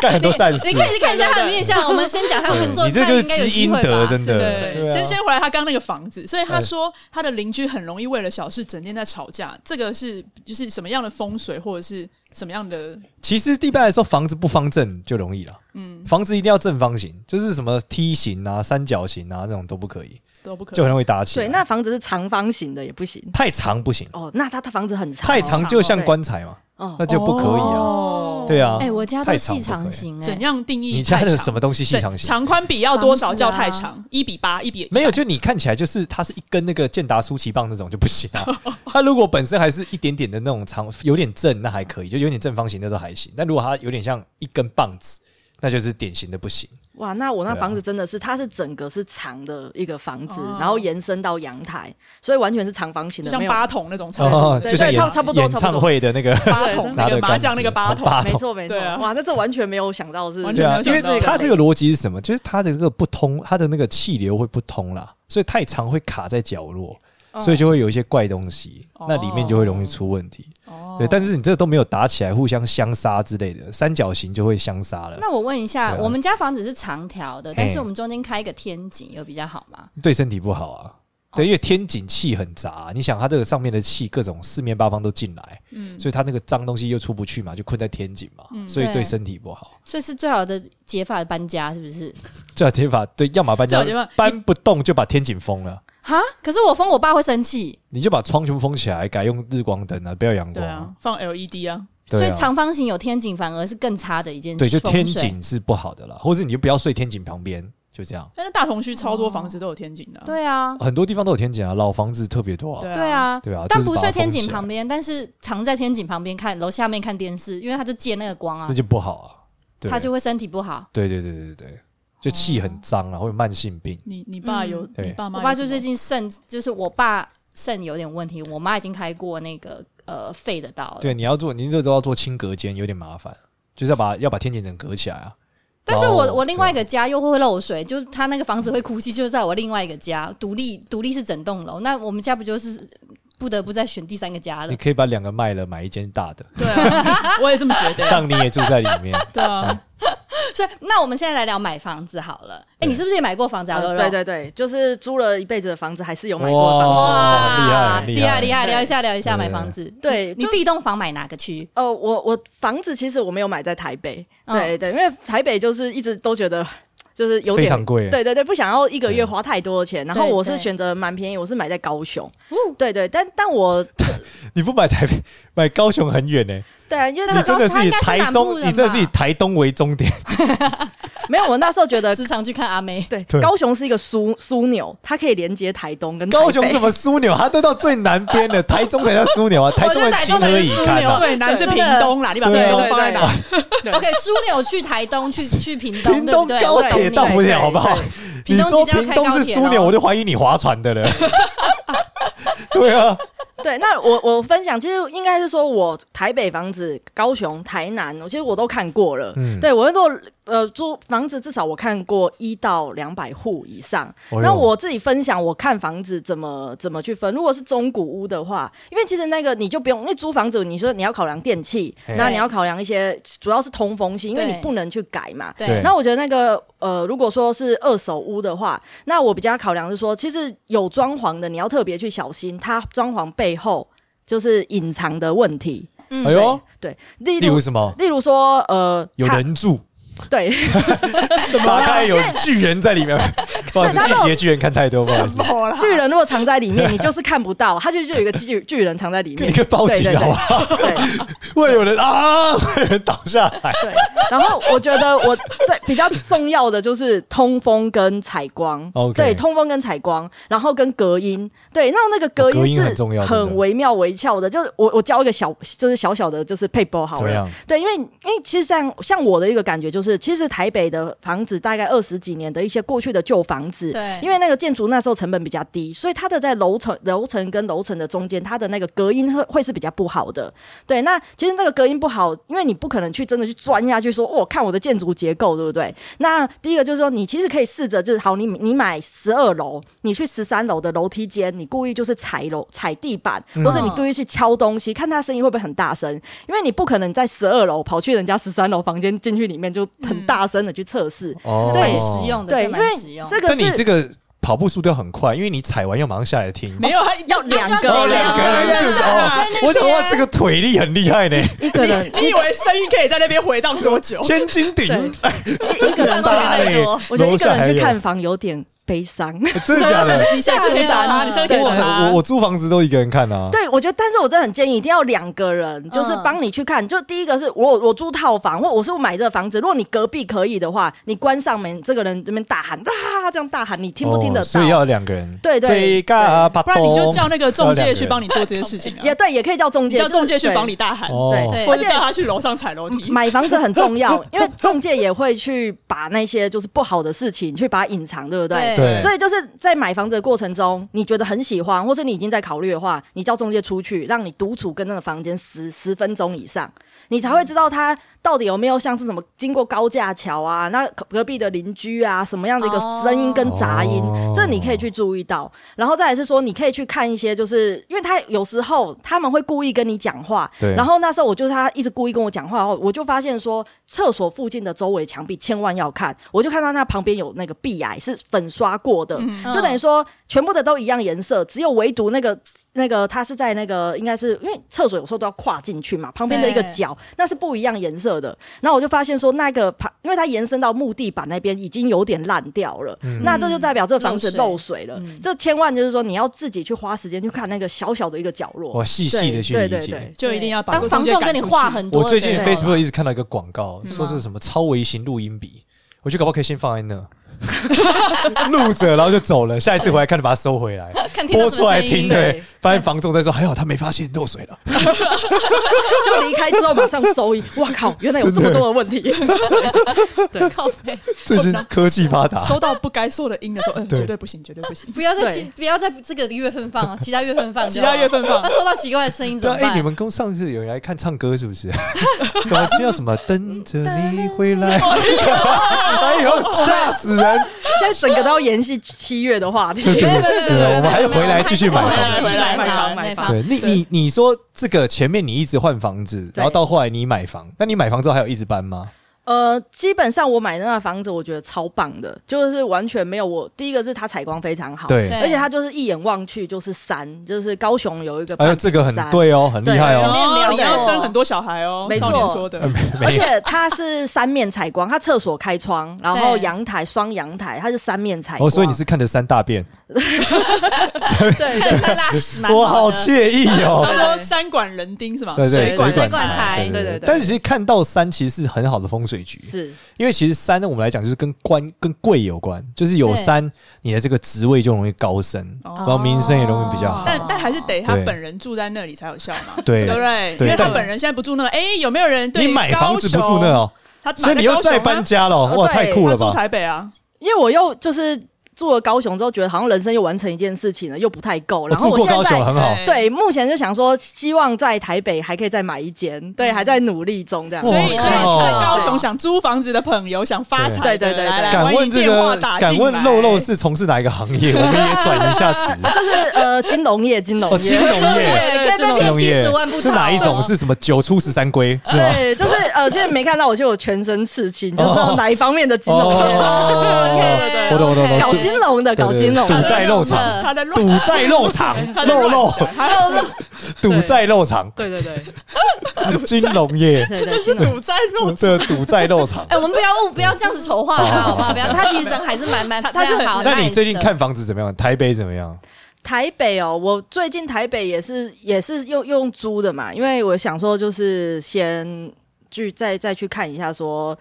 [SPEAKER 3] 干很多善事
[SPEAKER 2] 你。 可以去看一下他的面相。我们先讲他，我
[SPEAKER 3] 对
[SPEAKER 2] 们做
[SPEAKER 3] 嗯你这就是
[SPEAKER 2] 应该有
[SPEAKER 3] 积
[SPEAKER 2] 机
[SPEAKER 3] 阴
[SPEAKER 2] 会
[SPEAKER 3] 德，
[SPEAKER 2] 吧？
[SPEAKER 3] 真的。
[SPEAKER 1] 对，
[SPEAKER 3] 对
[SPEAKER 1] 先
[SPEAKER 3] 啊，哎
[SPEAKER 1] 先回来他刚那个房子，所以他说他的邻居很容易为了小事整天在吵架，这个是就是什么样的风水或者是什么样的
[SPEAKER 3] 其实一般来说，房子不方正就容易了。
[SPEAKER 1] 嗯
[SPEAKER 3] 房子一定要正方形，就是什么梯形啊、三角形啊那种都不可以，
[SPEAKER 1] 都不可
[SPEAKER 3] 就很容易打起来。
[SPEAKER 4] 对，那房子是长方形的也不行。
[SPEAKER 3] 太长不行，
[SPEAKER 4] 哦，那他他房子很长哦，
[SPEAKER 3] 太长就像棺材嘛，
[SPEAKER 4] 哦
[SPEAKER 3] 那，就不可以啊。
[SPEAKER 1] 哦
[SPEAKER 3] 对啊，
[SPEAKER 2] 哎，我家都
[SPEAKER 3] 太长
[SPEAKER 2] 细
[SPEAKER 3] 不可以
[SPEAKER 2] 长型哎
[SPEAKER 1] 怎，样定义
[SPEAKER 3] 你家
[SPEAKER 1] 太
[SPEAKER 3] 的
[SPEAKER 1] 长
[SPEAKER 3] 什么东西细
[SPEAKER 1] 整
[SPEAKER 3] 长型？
[SPEAKER 1] 长宽比要多少
[SPEAKER 2] 房子
[SPEAKER 1] 叫
[SPEAKER 2] 啊
[SPEAKER 1] 太长？一比八，一比
[SPEAKER 3] 没有，就你看起来就是它是一根那个健达舒淇棒那种就不行 啊。它如果本身还是一点点的那种长，有点正那还可以，就有点正方形那时候还行。但如果它有点像一根棒子，那就是典型的不行。
[SPEAKER 4] 哇，那我那
[SPEAKER 3] 对啊
[SPEAKER 4] 房子真的是，它是整个是长的一个房子
[SPEAKER 1] 哦，
[SPEAKER 4] 然后延伸到阳台，所以完全是长方形
[SPEAKER 1] 就
[SPEAKER 4] 的，
[SPEAKER 1] 像
[SPEAKER 4] 没有
[SPEAKER 1] 八筒那种长度
[SPEAKER 3] 哦，
[SPEAKER 1] 的
[SPEAKER 4] 对
[SPEAKER 3] 就像
[SPEAKER 4] 对
[SPEAKER 3] 演
[SPEAKER 4] 差不多
[SPEAKER 3] 演
[SPEAKER 4] 差不多
[SPEAKER 3] 唱会的那个
[SPEAKER 1] 八筒
[SPEAKER 3] 拿
[SPEAKER 1] 那
[SPEAKER 3] 的
[SPEAKER 1] 个麻将
[SPEAKER 3] 杆子哦
[SPEAKER 1] 那个八筒，
[SPEAKER 3] 八
[SPEAKER 4] 没
[SPEAKER 3] 筒
[SPEAKER 4] 错没错
[SPEAKER 1] 对啊。
[SPEAKER 4] 哇，那这完全没有想到是
[SPEAKER 1] 完
[SPEAKER 3] 对
[SPEAKER 1] 全没
[SPEAKER 3] 啊
[SPEAKER 1] 有，
[SPEAKER 3] 因为
[SPEAKER 1] 想到
[SPEAKER 3] 它这个逻辑是什么？就是它的这个不通，它的那个气流会不通啦，所以太长会卡在角落，
[SPEAKER 1] 哦
[SPEAKER 3] 所以就会有一些怪东西，那里面就会容易出问题。
[SPEAKER 1] 哦
[SPEAKER 3] 对，但是你这都没有打起来，互相相杀之类的，三角形就会相杀了，
[SPEAKER 2] 那我问一下，
[SPEAKER 3] 对啊
[SPEAKER 2] 我们家房子是长条的，
[SPEAKER 3] 嘿
[SPEAKER 2] 但是我们中间开一个天井，有比较好吗？
[SPEAKER 3] 对身体不好啊。
[SPEAKER 1] 哦
[SPEAKER 3] 对，因为天井气很杂、你想它这个上面的气各种四面八方都进来，
[SPEAKER 1] 嗯
[SPEAKER 3] 所以它那个脏东西又出不去嘛，就困在天井嘛，
[SPEAKER 1] 嗯
[SPEAKER 3] 所以对
[SPEAKER 2] 对
[SPEAKER 3] 身体不好。
[SPEAKER 2] 所以是最好的解法搬家，是不是？
[SPEAKER 3] 最好解法对，要么搬家
[SPEAKER 1] 最好解法
[SPEAKER 3] 搬不动就把天井封了，
[SPEAKER 2] 哈，可是我封我爸会生气，
[SPEAKER 3] 你就把窗全部封起来，改用日光灯啊，不要阳
[SPEAKER 1] 对
[SPEAKER 3] 光、
[SPEAKER 1] 啊，放 LED 啊，
[SPEAKER 3] 对啊
[SPEAKER 2] 所以长方形有天井反而是更差的一件
[SPEAKER 3] 对，就
[SPEAKER 2] 风
[SPEAKER 3] 天
[SPEAKER 2] 水。
[SPEAKER 3] 井是不好的啦，或者你就不要睡天井旁边，就这样。
[SPEAKER 1] 但是大同区超多房子都有天井的啊，
[SPEAKER 2] 对啊，
[SPEAKER 3] 很多地方都有天井啊，老房子特别多啊。
[SPEAKER 2] 对，啊，
[SPEAKER 3] 对啊
[SPEAKER 2] 但
[SPEAKER 3] 就是
[SPEAKER 2] 不
[SPEAKER 3] 把它
[SPEAKER 2] 睡天
[SPEAKER 3] 封起
[SPEAKER 2] 井
[SPEAKER 3] 来
[SPEAKER 2] 旁边，但是常在天井旁边看楼下面看电视，因为他就借那个光啊
[SPEAKER 3] 那，就不好啊。对，
[SPEAKER 2] 他就会身体不好。
[SPEAKER 3] 对对对对对，就气很脏啊，会有慢性病。
[SPEAKER 1] 你你爸有
[SPEAKER 3] 嗯
[SPEAKER 1] 你爸妈有什么，
[SPEAKER 2] 我爸就最近肾，就是我爸肾有点问题，我妈已经开过那个呃肺的刀了。
[SPEAKER 3] 对，你要做，你这都要做清隔间，有点麻烦，就是要把要把天井整隔起来啊。
[SPEAKER 2] 但是
[SPEAKER 3] 然
[SPEAKER 2] 我
[SPEAKER 3] 后
[SPEAKER 2] 我另外一个家又会漏水，就他那个房子会哭泣，就在我另外一个家，独立独立是整栋楼。那我们家不就是不不得不再选第三个家了
[SPEAKER 3] 你。可以把两个卖了，买一间大的，
[SPEAKER 1] 对啊，我也这么 觉得。
[SPEAKER 3] 让你也住在里面。
[SPEAKER 1] 对
[SPEAKER 2] 嗯
[SPEAKER 1] 啊，
[SPEAKER 2] 所以，那我们现在来聊买房子好了。哎、
[SPEAKER 3] 对
[SPEAKER 2] 你是不是也买过房子啊？肉肉
[SPEAKER 4] 嗯对对对，就是租了一辈子的房子，还是有买过房子。
[SPEAKER 3] 哇，很厉害，
[SPEAKER 2] 哇，
[SPEAKER 3] 很
[SPEAKER 2] 厉
[SPEAKER 3] 厉害，
[SPEAKER 2] 厉害！
[SPEAKER 4] 对
[SPEAKER 2] 聊一下，聊一下
[SPEAKER 3] 对
[SPEAKER 2] 买
[SPEAKER 3] 对
[SPEAKER 2] 房子。
[SPEAKER 4] 对
[SPEAKER 2] 你
[SPEAKER 4] 就
[SPEAKER 2] 第一栋房买哪个区？
[SPEAKER 4] 呃，我我房子其实我没有买在台北，
[SPEAKER 2] 嗯
[SPEAKER 4] 对对，因为台北就是一直都觉得就是有
[SPEAKER 3] 非
[SPEAKER 4] 点
[SPEAKER 3] 常贵。啊
[SPEAKER 4] 对对对，不想要一个
[SPEAKER 3] 对
[SPEAKER 4] 月花太多的钱，然后
[SPEAKER 2] 对
[SPEAKER 4] 我是
[SPEAKER 2] 对
[SPEAKER 4] 选择蛮便宜，我是买在高雄，
[SPEAKER 2] 哦
[SPEAKER 4] 对对，但但我
[SPEAKER 3] 你不买台北，买高雄很远呢。
[SPEAKER 4] 对啊，因为
[SPEAKER 2] 那
[SPEAKER 3] 你
[SPEAKER 4] 那
[SPEAKER 3] 真的
[SPEAKER 2] 高雄
[SPEAKER 3] 是
[SPEAKER 2] 应
[SPEAKER 3] 以
[SPEAKER 2] 该是
[SPEAKER 3] 台
[SPEAKER 2] 南部
[SPEAKER 3] 中，
[SPEAKER 2] 人
[SPEAKER 3] 你真的是以
[SPEAKER 2] 吧
[SPEAKER 3] 台东为 终点。
[SPEAKER 4] 没有我那时候觉得
[SPEAKER 2] 时常去看阿妹。
[SPEAKER 4] 对
[SPEAKER 3] 对
[SPEAKER 4] 高雄是一个枢枢纽，它可以连接台东跟台北
[SPEAKER 3] 高雄什么枢纽？它都到最南边 了，台中才叫枢纽啊！台中人情何以
[SPEAKER 2] 我觉得台中才是
[SPEAKER 3] 堪
[SPEAKER 2] 枢纽
[SPEAKER 3] 啊！
[SPEAKER 1] 最难是
[SPEAKER 2] 真
[SPEAKER 1] 屏
[SPEAKER 2] 的
[SPEAKER 1] 东啦，你把屏
[SPEAKER 4] 对对
[SPEAKER 1] 东
[SPEAKER 4] 对
[SPEAKER 1] 放在哪？
[SPEAKER 2] OK，枢纽去台东，去去屏东，对
[SPEAKER 3] 屏
[SPEAKER 2] 不
[SPEAKER 3] 东
[SPEAKER 2] 对？
[SPEAKER 3] 高
[SPEAKER 2] 我懂
[SPEAKER 3] 铁
[SPEAKER 2] 你
[SPEAKER 3] 到不了，
[SPEAKER 4] 对
[SPEAKER 3] 好不好？
[SPEAKER 2] 对
[SPEAKER 3] 你说屏东是
[SPEAKER 2] 屏东即将要
[SPEAKER 3] 枢
[SPEAKER 2] 开高铁
[SPEAKER 3] 纽，
[SPEAKER 2] 了
[SPEAKER 3] 我就怀疑你划船的了。 对啊，
[SPEAKER 4] 对，那我我分享，其实应该是说我台北房子、高雄、台南，我其实我都看过了。
[SPEAKER 3] 嗯
[SPEAKER 4] 对我做呃租房子，至少我看过一到两百户以上。
[SPEAKER 3] 哎呦
[SPEAKER 4] 那我自己分享，我看房子怎么怎么去分。如果是中古屋的话，因为其实那个你就不用，因为租房子你说你要考量电器，
[SPEAKER 3] 嘿
[SPEAKER 4] 那你要考量一些主要是通风性，因为
[SPEAKER 2] 对
[SPEAKER 4] 你不能去改嘛。
[SPEAKER 3] 对
[SPEAKER 2] 对
[SPEAKER 4] 那我觉得那个呃，如果说是二手屋的话，那我比较考量是说，其实有装潢的，你要特别去小心，它装潢背后就是隐藏的问题。
[SPEAKER 2] 嗯
[SPEAKER 3] 哎呦，
[SPEAKER 4] 对，例
[SPEAKER 3] 例如
[SPEAKER 4] 如
[SPEAKER 3] 什么？
[SPEAKER 4] 例如说呃，
[SPEAKER 3] 有
[SPEAKER 4] 它
[SPEAKER 3] 人住，
[SPEAKER 4] 对
[SPEAKER 3] 打开有巨人在 里面。不好意思，
[SPEAKER 4] 对然
[SPEAKER 3] 季
[SPEAKER 4] 后
[SPEAKER 3] 节巨人看太多，不好意思，
[SPEAKER 1] 好 啦
[SPEAKER 4] 巨人如果藏在里面，你就是看不到，它就就有一个巨巨人藏在里
[SPEAKER 3] 你
[SPEAKER 4] 面
[SPEAKER 3] 可以。报警
[SPEAKER 4] 对对对
[SPEAKER 3] 好不好？
[SPEAKER 4] 对
[SPEAKER 3] 为了有人啊， 会有人倒下来。
[SPEAKER 4] 对，然后我觉得我最比较重要的就是通风跟采光
[SPEAKER 3] OK
[SPEAKER 4] 对，通风跟采光，然后跟隔音，对，那那个隔
[SPEAKER 3] 哦隔
[SPEAKER 4] 音
[SPEAKER 3] 音
[SPEAKER 4] 是
[SPEAKER 3] 很重要真的
[SPEAKER 4] 很惟妙惟肖的。就是我我教一个小，就是小小的，就是配包好
[SPEAKER 3] 怎么
[SPEAKER 4] 了
[SPEAKER 3] 样，
[SPEAKER 4] 对，因为因为其实像像我的一个感觉就是，其实台北的房子大概二十几年的一些过去的旧房子，
[SPEAKER 2] 对
[SPEAKER 4] 因为那个建筑那时候成本比较低，所以它的在楼层、楼层跟楼层的中间，它的那个隔音会会是比较不好的。对，那其实那个隔音不好，因为你不可能去真的去钻下去说，我、看我的建筑结构，对不对？那第一个就是说，你其实可以试着就是好，你你买十二楼，你去十三楼的楼梯间，你故意就是踩楼、踩地板，
[SPEAKER 3] 嗯
[SPEAKER 4] 或者你故意去敲东西，看它声音会不会很大声，因为你不可能在十二楼跑去人家十三楼房间进去里面就很大声的去测试。
[SPEAKER 3] 哦
[SPEAKER 4] 对
[SPEAKER 2] 蛮实用的，
[SPEAKER 4] 对，
[SPEAKER 2] 这
[SPEAKER 4] 因为
[SPEAKER 2] 蛮实用。
[SPEAKER 4] 这个
[SPEAKER 3] 但你
[SPEAKER 4] 是
[SPEAKER 3] 这个跑步速度要很快，因为你踩完要马上下来听。
[SPEAKER 1] 没有他要
[SPEAKER 4] 两个
[SPEAKER 3] 哦，两个人是不是？哦
[SPEAKER 2] 在那，边
[SPEAKER 3] 我想哇，这个腿力很厉 害呢，
[SPEAKER 4] 一个人
[SPEAKER 1] 啊你以为声音可以在那边回荡多久？
[SPEAKER 3] 千斤顶，
[SPEAKER 4] 一个
[SPEAKER 2] 办
[SPEAKER 4] 人
[SPEAKER 2] 法
[SPEAKER 3] 大
[SPEAKER 2] 太
[SPEAKER 3] 嘞
[SPEAKER 2] 多。
[SPEAKER 4] 我觉得一个人去看
[SPEAKER 3] 楼
[SPEAKER 4] 房有点悲伤。
[SPEAKER 3] 下还有，真的 假的？
[SPEAKER 1] 啊你下次可以打他，你下次可以
[SPEAKER 3] 我
[SPEAKER 1] 打他。
[SPEAKER 3] 我我租房子都一个人看啊。
[SPEAKER 4] 对，我觉得，但是我真的很建议一定要两个人，就是帮你去看。就第一个是我我租套房，或我是买这个房子，如果你隔壁可以的话，你关上门，这个人这边大喊啊，这样大喊，你听不听得
[SPEAKER 3] 哦
[SPEAKER 4] 到
[SPEAKER 3] 所以？要两个人。
[SPEAKER 4] 对对
[SPEAKER 3] 最尬巴
[SPEAKER 1] 不然你就叫那个中介去帮你做这件事情啊
[SPEAKER 4] 也，对，也可以叫中
[SPEAKER 1] 你
[SPEAKER 4] 介，
[SPEAKER 1] 叫中介去
[SPEAKER 4] 帮
[SPEAKER 1] 房里大喊，
[SPEAKER 3] 哦
[SPEAKER 4] 对
[SPEAKER 2] 对
[SPEAKER 1] 或者叫他去楼上踩楼
[SPEAKER 2] 嗯
[SPEAKER 1] 梯。
[SPEAKER 4] 买房子很重要， 因为中介也会去把那些就是不好的事情去把它隐藏，对不对？
[SPEAKER 3] 对
[SPEAKER 4] 所以就是在买房子的过程中，你觉得很喜欢，或是你已经在考虑的话，你叫中介出去，让你独处跟那个房间十十分钟以上，你才会知道它到底有没有像是什么经过高架桥啊，那隔隔壁的邻居啊，什么样的一个
[SPEAKER 2] 哦
[SPEAKER 4] 声音跟杂音，
[SPEAKER 3] 哦
[SPEAKER 4] 这你可以去注意到。然后再来是说，你可以去看一些，就是因为他有时候他们会故意跟你讲话，
[SPEAKER 3] 对
[SPEAKER 4] 然后那时候我就是他一直故意跟我讲话，然后我就发现说，厕所附近的周围墙壁千万要看，我就看到那旁边有那个壁癌是粉刷过的，
[SPEAKER 3] 嗯
[SPEAKER 4] 就等于说全部的都一样颜色，只有唯独那个那个它是在那个应该是因为厕所有时候都要跨进去嘛，旁边的一个
[SPEAKER 2] 对
[SPEAKER 4] 角那是不一样颜色的。然后我就发现说，那个旁因为它延伸到木地板那边已经有点烂掉了，
[SPEAKER 3] 嗯
[SPEAKER 4] 那这就代表这房子
[SPEAKER 2] 漏
[SPEAKER 4] 漏水了。
[SPEAKER 2] 嗯
[SPEAKER 4] 这千万就是说你要自己去花时间去看那个小小的一个角落，
[SPEAKER 3] 我哦细细的去
[SPEAKER 4] 对
[SPEAKER 3] 理
[SPEAKER 4] 对对
[SPEAKER 3] 解
[SPEAKER 4] 对。
[SPEAKER 1] 就一定要把
[SPEAKER 2] 当房
[SPEAKER 1] 仲
[SPEAKER 2] 仲跟你话很多
[SPEAKER 3] 我
[SPEAKER 2] 的
[SPEAKER 3] 最
[SPEAKER 2] 时候
[SPEAKER 3] 近
[SPEAKER 2] 啊，
[SPEAKER 3] Facebook 一直看到一个广告，说
[SPEAKER 2] 吗
[SPEAKER 3] 这是什么超微型录音笔，我觉得搞不好可以先放在那， 录着然后就走了，下一次回来看就把它收回来，
[SPEAKER 2] 看听到
[SPEAKER 3] 播
[SPEAKER 2] 什
[SPEAKER 3] 出
[SPEAKER 2] 么
[SPEAKER 3] 来
[SPEAKER 2] 声音
[SPEAKER 3] 听。对，发现房仲在说还好他没发现漏水了，
[SPEAKER 4] 就离开之后马上收音，哇靠，原来有这么多的问题。
[SPEAKER 2] 靠背
[SPEAKER 3] 最近科技发达，
[SPEAKER 1] 收到不该收的音的时 候，嗯，
[SPEAKER 3] 啊对
[SPEAKER 1] 绝对不行，绝对不行。
[SPEAKER 2] 不要在
[SPEAKER 4] 对
[SPEAKER 2] 其不要在这个月份 放啊，其他月份放就好，
[SPEAKER 1] 其他月份放
[SPEAKER 2] 那收到奇怪的声音怎
[SPEAKER 3] 对啊，
[SPEAKER 2] 么
[SPEAKER 3] 哎、
[SPEAKER 2] 办
[SPEAKER 3] 你？们公上次有人来看唱歌是 不是？怎
[SPEAKER 2] 啊
[SPEAKER 3] 么听到什么等着你回来？哎呦，吓死人！
[SPEAKER 4] 现在整个都要延续七月的话题。
[SPEAKER 2] 没有没有没有没有没有
[SPEAKER 3] 啊哎我们还是回来继续买
[SPEAKER 2] 回
[SPEAKER 3] 房
[SPEAKER 2] 来继续买
[SPEAKER 4] 买
[SPEAKER 2] 房
[SPEAKER 4] 房买
[SPEAKER 2] 房
[SPEAKER 4] 房。
[SPEAKER 3] 对你，你你说这个前面你一直换房子，然后到后来你买房，那你买房之后还有一直搬吗？
[SPEAKER 4] 呃，基本上我买的那个房子，我觉得超棒的，就是完全没有我第一个是它采光非常好，，
[SPEAKER 3] 对，
[SPEAKER 2] 对
[SPEAKER 4] 而且它就是一眼望去就是山，就是高雄有一个
[SPEAKER 3] 哎
[SPEAKER 4] 半
[SPEAKER 3] 呦，
[SPEAKER 4] 屏
[SPEAKER 3] 这个很
[SPEAKER 4] 山，
[SPEAKER 3] 对哦，很厉害
[SPEAKER 2] 前
[SPEAKER 3] 哦。
[SPEAKER 2] 面聊
[SPEAKER 1] 哦，你要
[SPEAKER 2] 过
[SPEAKER 1] 生很多小孩哦，
[SPEAKER 4] 没
[SPEAKER 1] 少年
[SPEAKER 4] 错
[SPEAKER 1] 说的
[SPEAKER 3] 呃，没
[SPEAKER 4] 而
[SPEAKER 3] 没有，
[SPEAKER 4] 且它是三面采光，它厕所开窗，然后
[SPEAKER 2] 对
[SPEAKER 4] 阳台双阳台，它是三面采光。
[SPEAKER 3] 哦，所以你是看着山大便，
[SPEAKER 2] 对看山拉屎蛮
[SPEAKER 3] 我好
[SPEAKER 2] 好的。
[SPEAKER 3] 惬意哦
[SPEAKER 1] 他。 说山管人丁是吗？
[SPEAKER 3] 对对，
[SPEAKER 2] 管
[SPEAKER 3] 水
[SPEAKER 2] 水管
[SPEAKER 3] 财
[SPEAKER 2] 财
[SPEAKER 3] 对
[SPEAKER 4] 对
[SPEAKER 3] 对
[SPEAKER 4] 对对
[SPEAKER 3] 但是其实看到山其实是很好的风水局，
[SPEAKER 4] 是
[SPEAKER 3] 因为其实山呢，我们来讲就是跟官跟贵有关，就是有
[SPEAKER 2] 对
[SPEAKER 3] 山，你的这个职位就容易高升，
[SPEAKER 1] 哦
[SPEAKER 3] 然后名声也容易比较好。
[SPEAKER 1] 但但还是得他
[SPEAKER 3] 对
[SPEAKER 1] 本人住在那里才有效嘛，
[SPEAKER 3] 对
[SPEAKER 1] 对不对？
[SPEAKER 3] 对
[SPEAKER 1] 因为他
[SPEAKER 3] 但
[SPEAKER 1] 本人现在不住那，哎，有没有人对
[SPEAKER 3] 你买房子不住那
[SPEAKER 1] 高雄？
[SPEAKER 3] 哦，
[SPEAKER 1] 他
[SPEAKER 3] 所以你又再搬
[SPEAKER 1] 家，
[SPEAKER 3] 家了哦，哇，
[SPEAKER 4] 对
[SPEAKER 3] 太酷
[SPEAKER 1] 他
[SPEAKER 3] 了
[SPEAKER 1] 住
[SPEAKER 3] 吧！
[SPEAKER 1] 台北啊，
[SPEAKER 4] 因为我又就是住了高雄之后，觉得好像人生又完成一件事情了，又不太够。
[SPEAKER 3] 我
[SPEAKER 4] 然
[SPEAKER 3] 哦
[SPEAKER 4] 后
[SPEAKER 3] 住
[SPEAKER 4] 我
[SPEAKER 3] 过
[SPEAKER 4] 现在
[SPEAKER 3] 高雄，很好。
[SPEAKER 1] 对
[SPEAKER 4] 对，目前就想说，希望在台北还可以再买一间，对，还在努力中这样。
[SPEAKER 3] 哇
[SPEAKER 1] 嗯所以所以
[SPEAKER 3] 我
[SPEAKER 1] 在
[SPEAKER 4] 哦
[SPEAKER 3] 靠
[SPEAKER 1] 高雄想租房子的朋友，想发财的，
[SPEAKER 4] 对对对对
[SPEAKER 1] 来来，
[SPEAKER 3] 敢
[SPEAKER 1] 欢
[SPEAKER 3] 问
[SPEAKER 1] 迎
[SPEAKER 3] 这
[SPEAKER 1] 电话
[SPEAKER 3] 个
[SPEAKER 1] 打，进
[SPEAKER 3] 敢
[SPEAKER 1] 来
[SPEAKER 3] 问肉肉是从事哪一个行业？我们也转一下职。
[SPEAKER 4] 就是呃，金融业，金融
[SPEAKER 3] 哦，金
[SPEAKER 4] 业。
[SPEAKER 3] 融业，
[SPEAKER 2] 对，跟那
[SPEAKER 3] 金
[SPEAKER 2] 骗
[SPEAKER 3] 融
[SPEAKER 2] 七
[SPEAKER 3] 业
[SPEAKER 2] 十万不
[SPEAKER 3] 是哪一
[SPEAKER 2] 同
[SPEAKER 3] 种？
[SPEAKER 2] 哦
[SPEAKER 3] 是什么九出十三归是吗？
[SPEAKER 4] 对，就是呃，现在没看到我就有全身刺青，就知道哪一方面的金融业。
[SPEAKER 3] 哦
[SPEAKER 2] 对
[SPEAKER 3] 我懂我懂我
[SPEAKER 4] 搞
[SPEAKER 3] 懂
[SPEAKER 2] 对，
[SPEAKER 4] 金融的，
[SPEAKER 3] 对
[SPEAKER 4] 搞金融
[SPEAKER 3] 对对，
[SPEAKER 4] 的
[SPEAKER 3] 赌债肉
[SPEAKER 2] 对
[SPEAKER 3] 偿，
[SPEAKER 1] 他在乱
[SPEAKER 3] 赌债肉偿，
[SPEAKER 1] 他在
[SPEAKER 3] 肉
[SPEAKER 1] 乱
[SPEAKER 3] 肉
[SPEAKER 1] 讲他
[SPEAKER 2] 肉肉
[SPEAKER 3] 赌债肉偿，
[SPEAKER 4] 对对对
[SPEAKER 3] 金融业
[SPEAKER 4] 对 对，金融。
[SPEAKER 1] 赌债肉偿，
[SPEAKER 3] 的赌债 肉偿。
[SPEAKER 2] 哎，我们不要误，不要这样子丑化他，好不好？不要，他其实人还是蛮蛮，
[SPEAKER 1] 他他是很
[SPEAKER 2] 好。
[SPEAKER 3] 那你最近？看房子怎么样？台北怎么样？
[SPEAKER 4] 台北哦，我最近台北也是也是用用租的嘛，因为我想说就是先去再再去看一下说。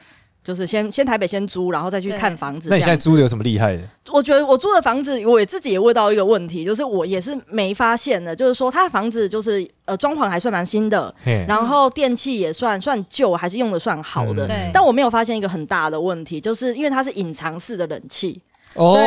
[SPEAKER 4] 就是先先台北先租，然后再去
[SPEAKER 2] 对
[SPEAKER 4] 看房子。
[SPEAKER 3] 那你现在租的有什么厉害的？
[SPEAKER 4] 我觉得我租的房子，我也自己也问到一个问题，就是我也是没发现的，就是说他的房子就是呃装潢还算蛮新的，
[SPEAKER 3] 嘿，
[SPEAKER 4] 然后电器也算算旧，还是用的算好的。
[SPEAKER 3] 嗯
[SPEAKER 2] 对
[SPEAKER 4] 但我没有发现一个很大的问题，就是因为它是隐藏式的冷气，
[SPEAKER 3] 哦
[SPEAKER 4] 对，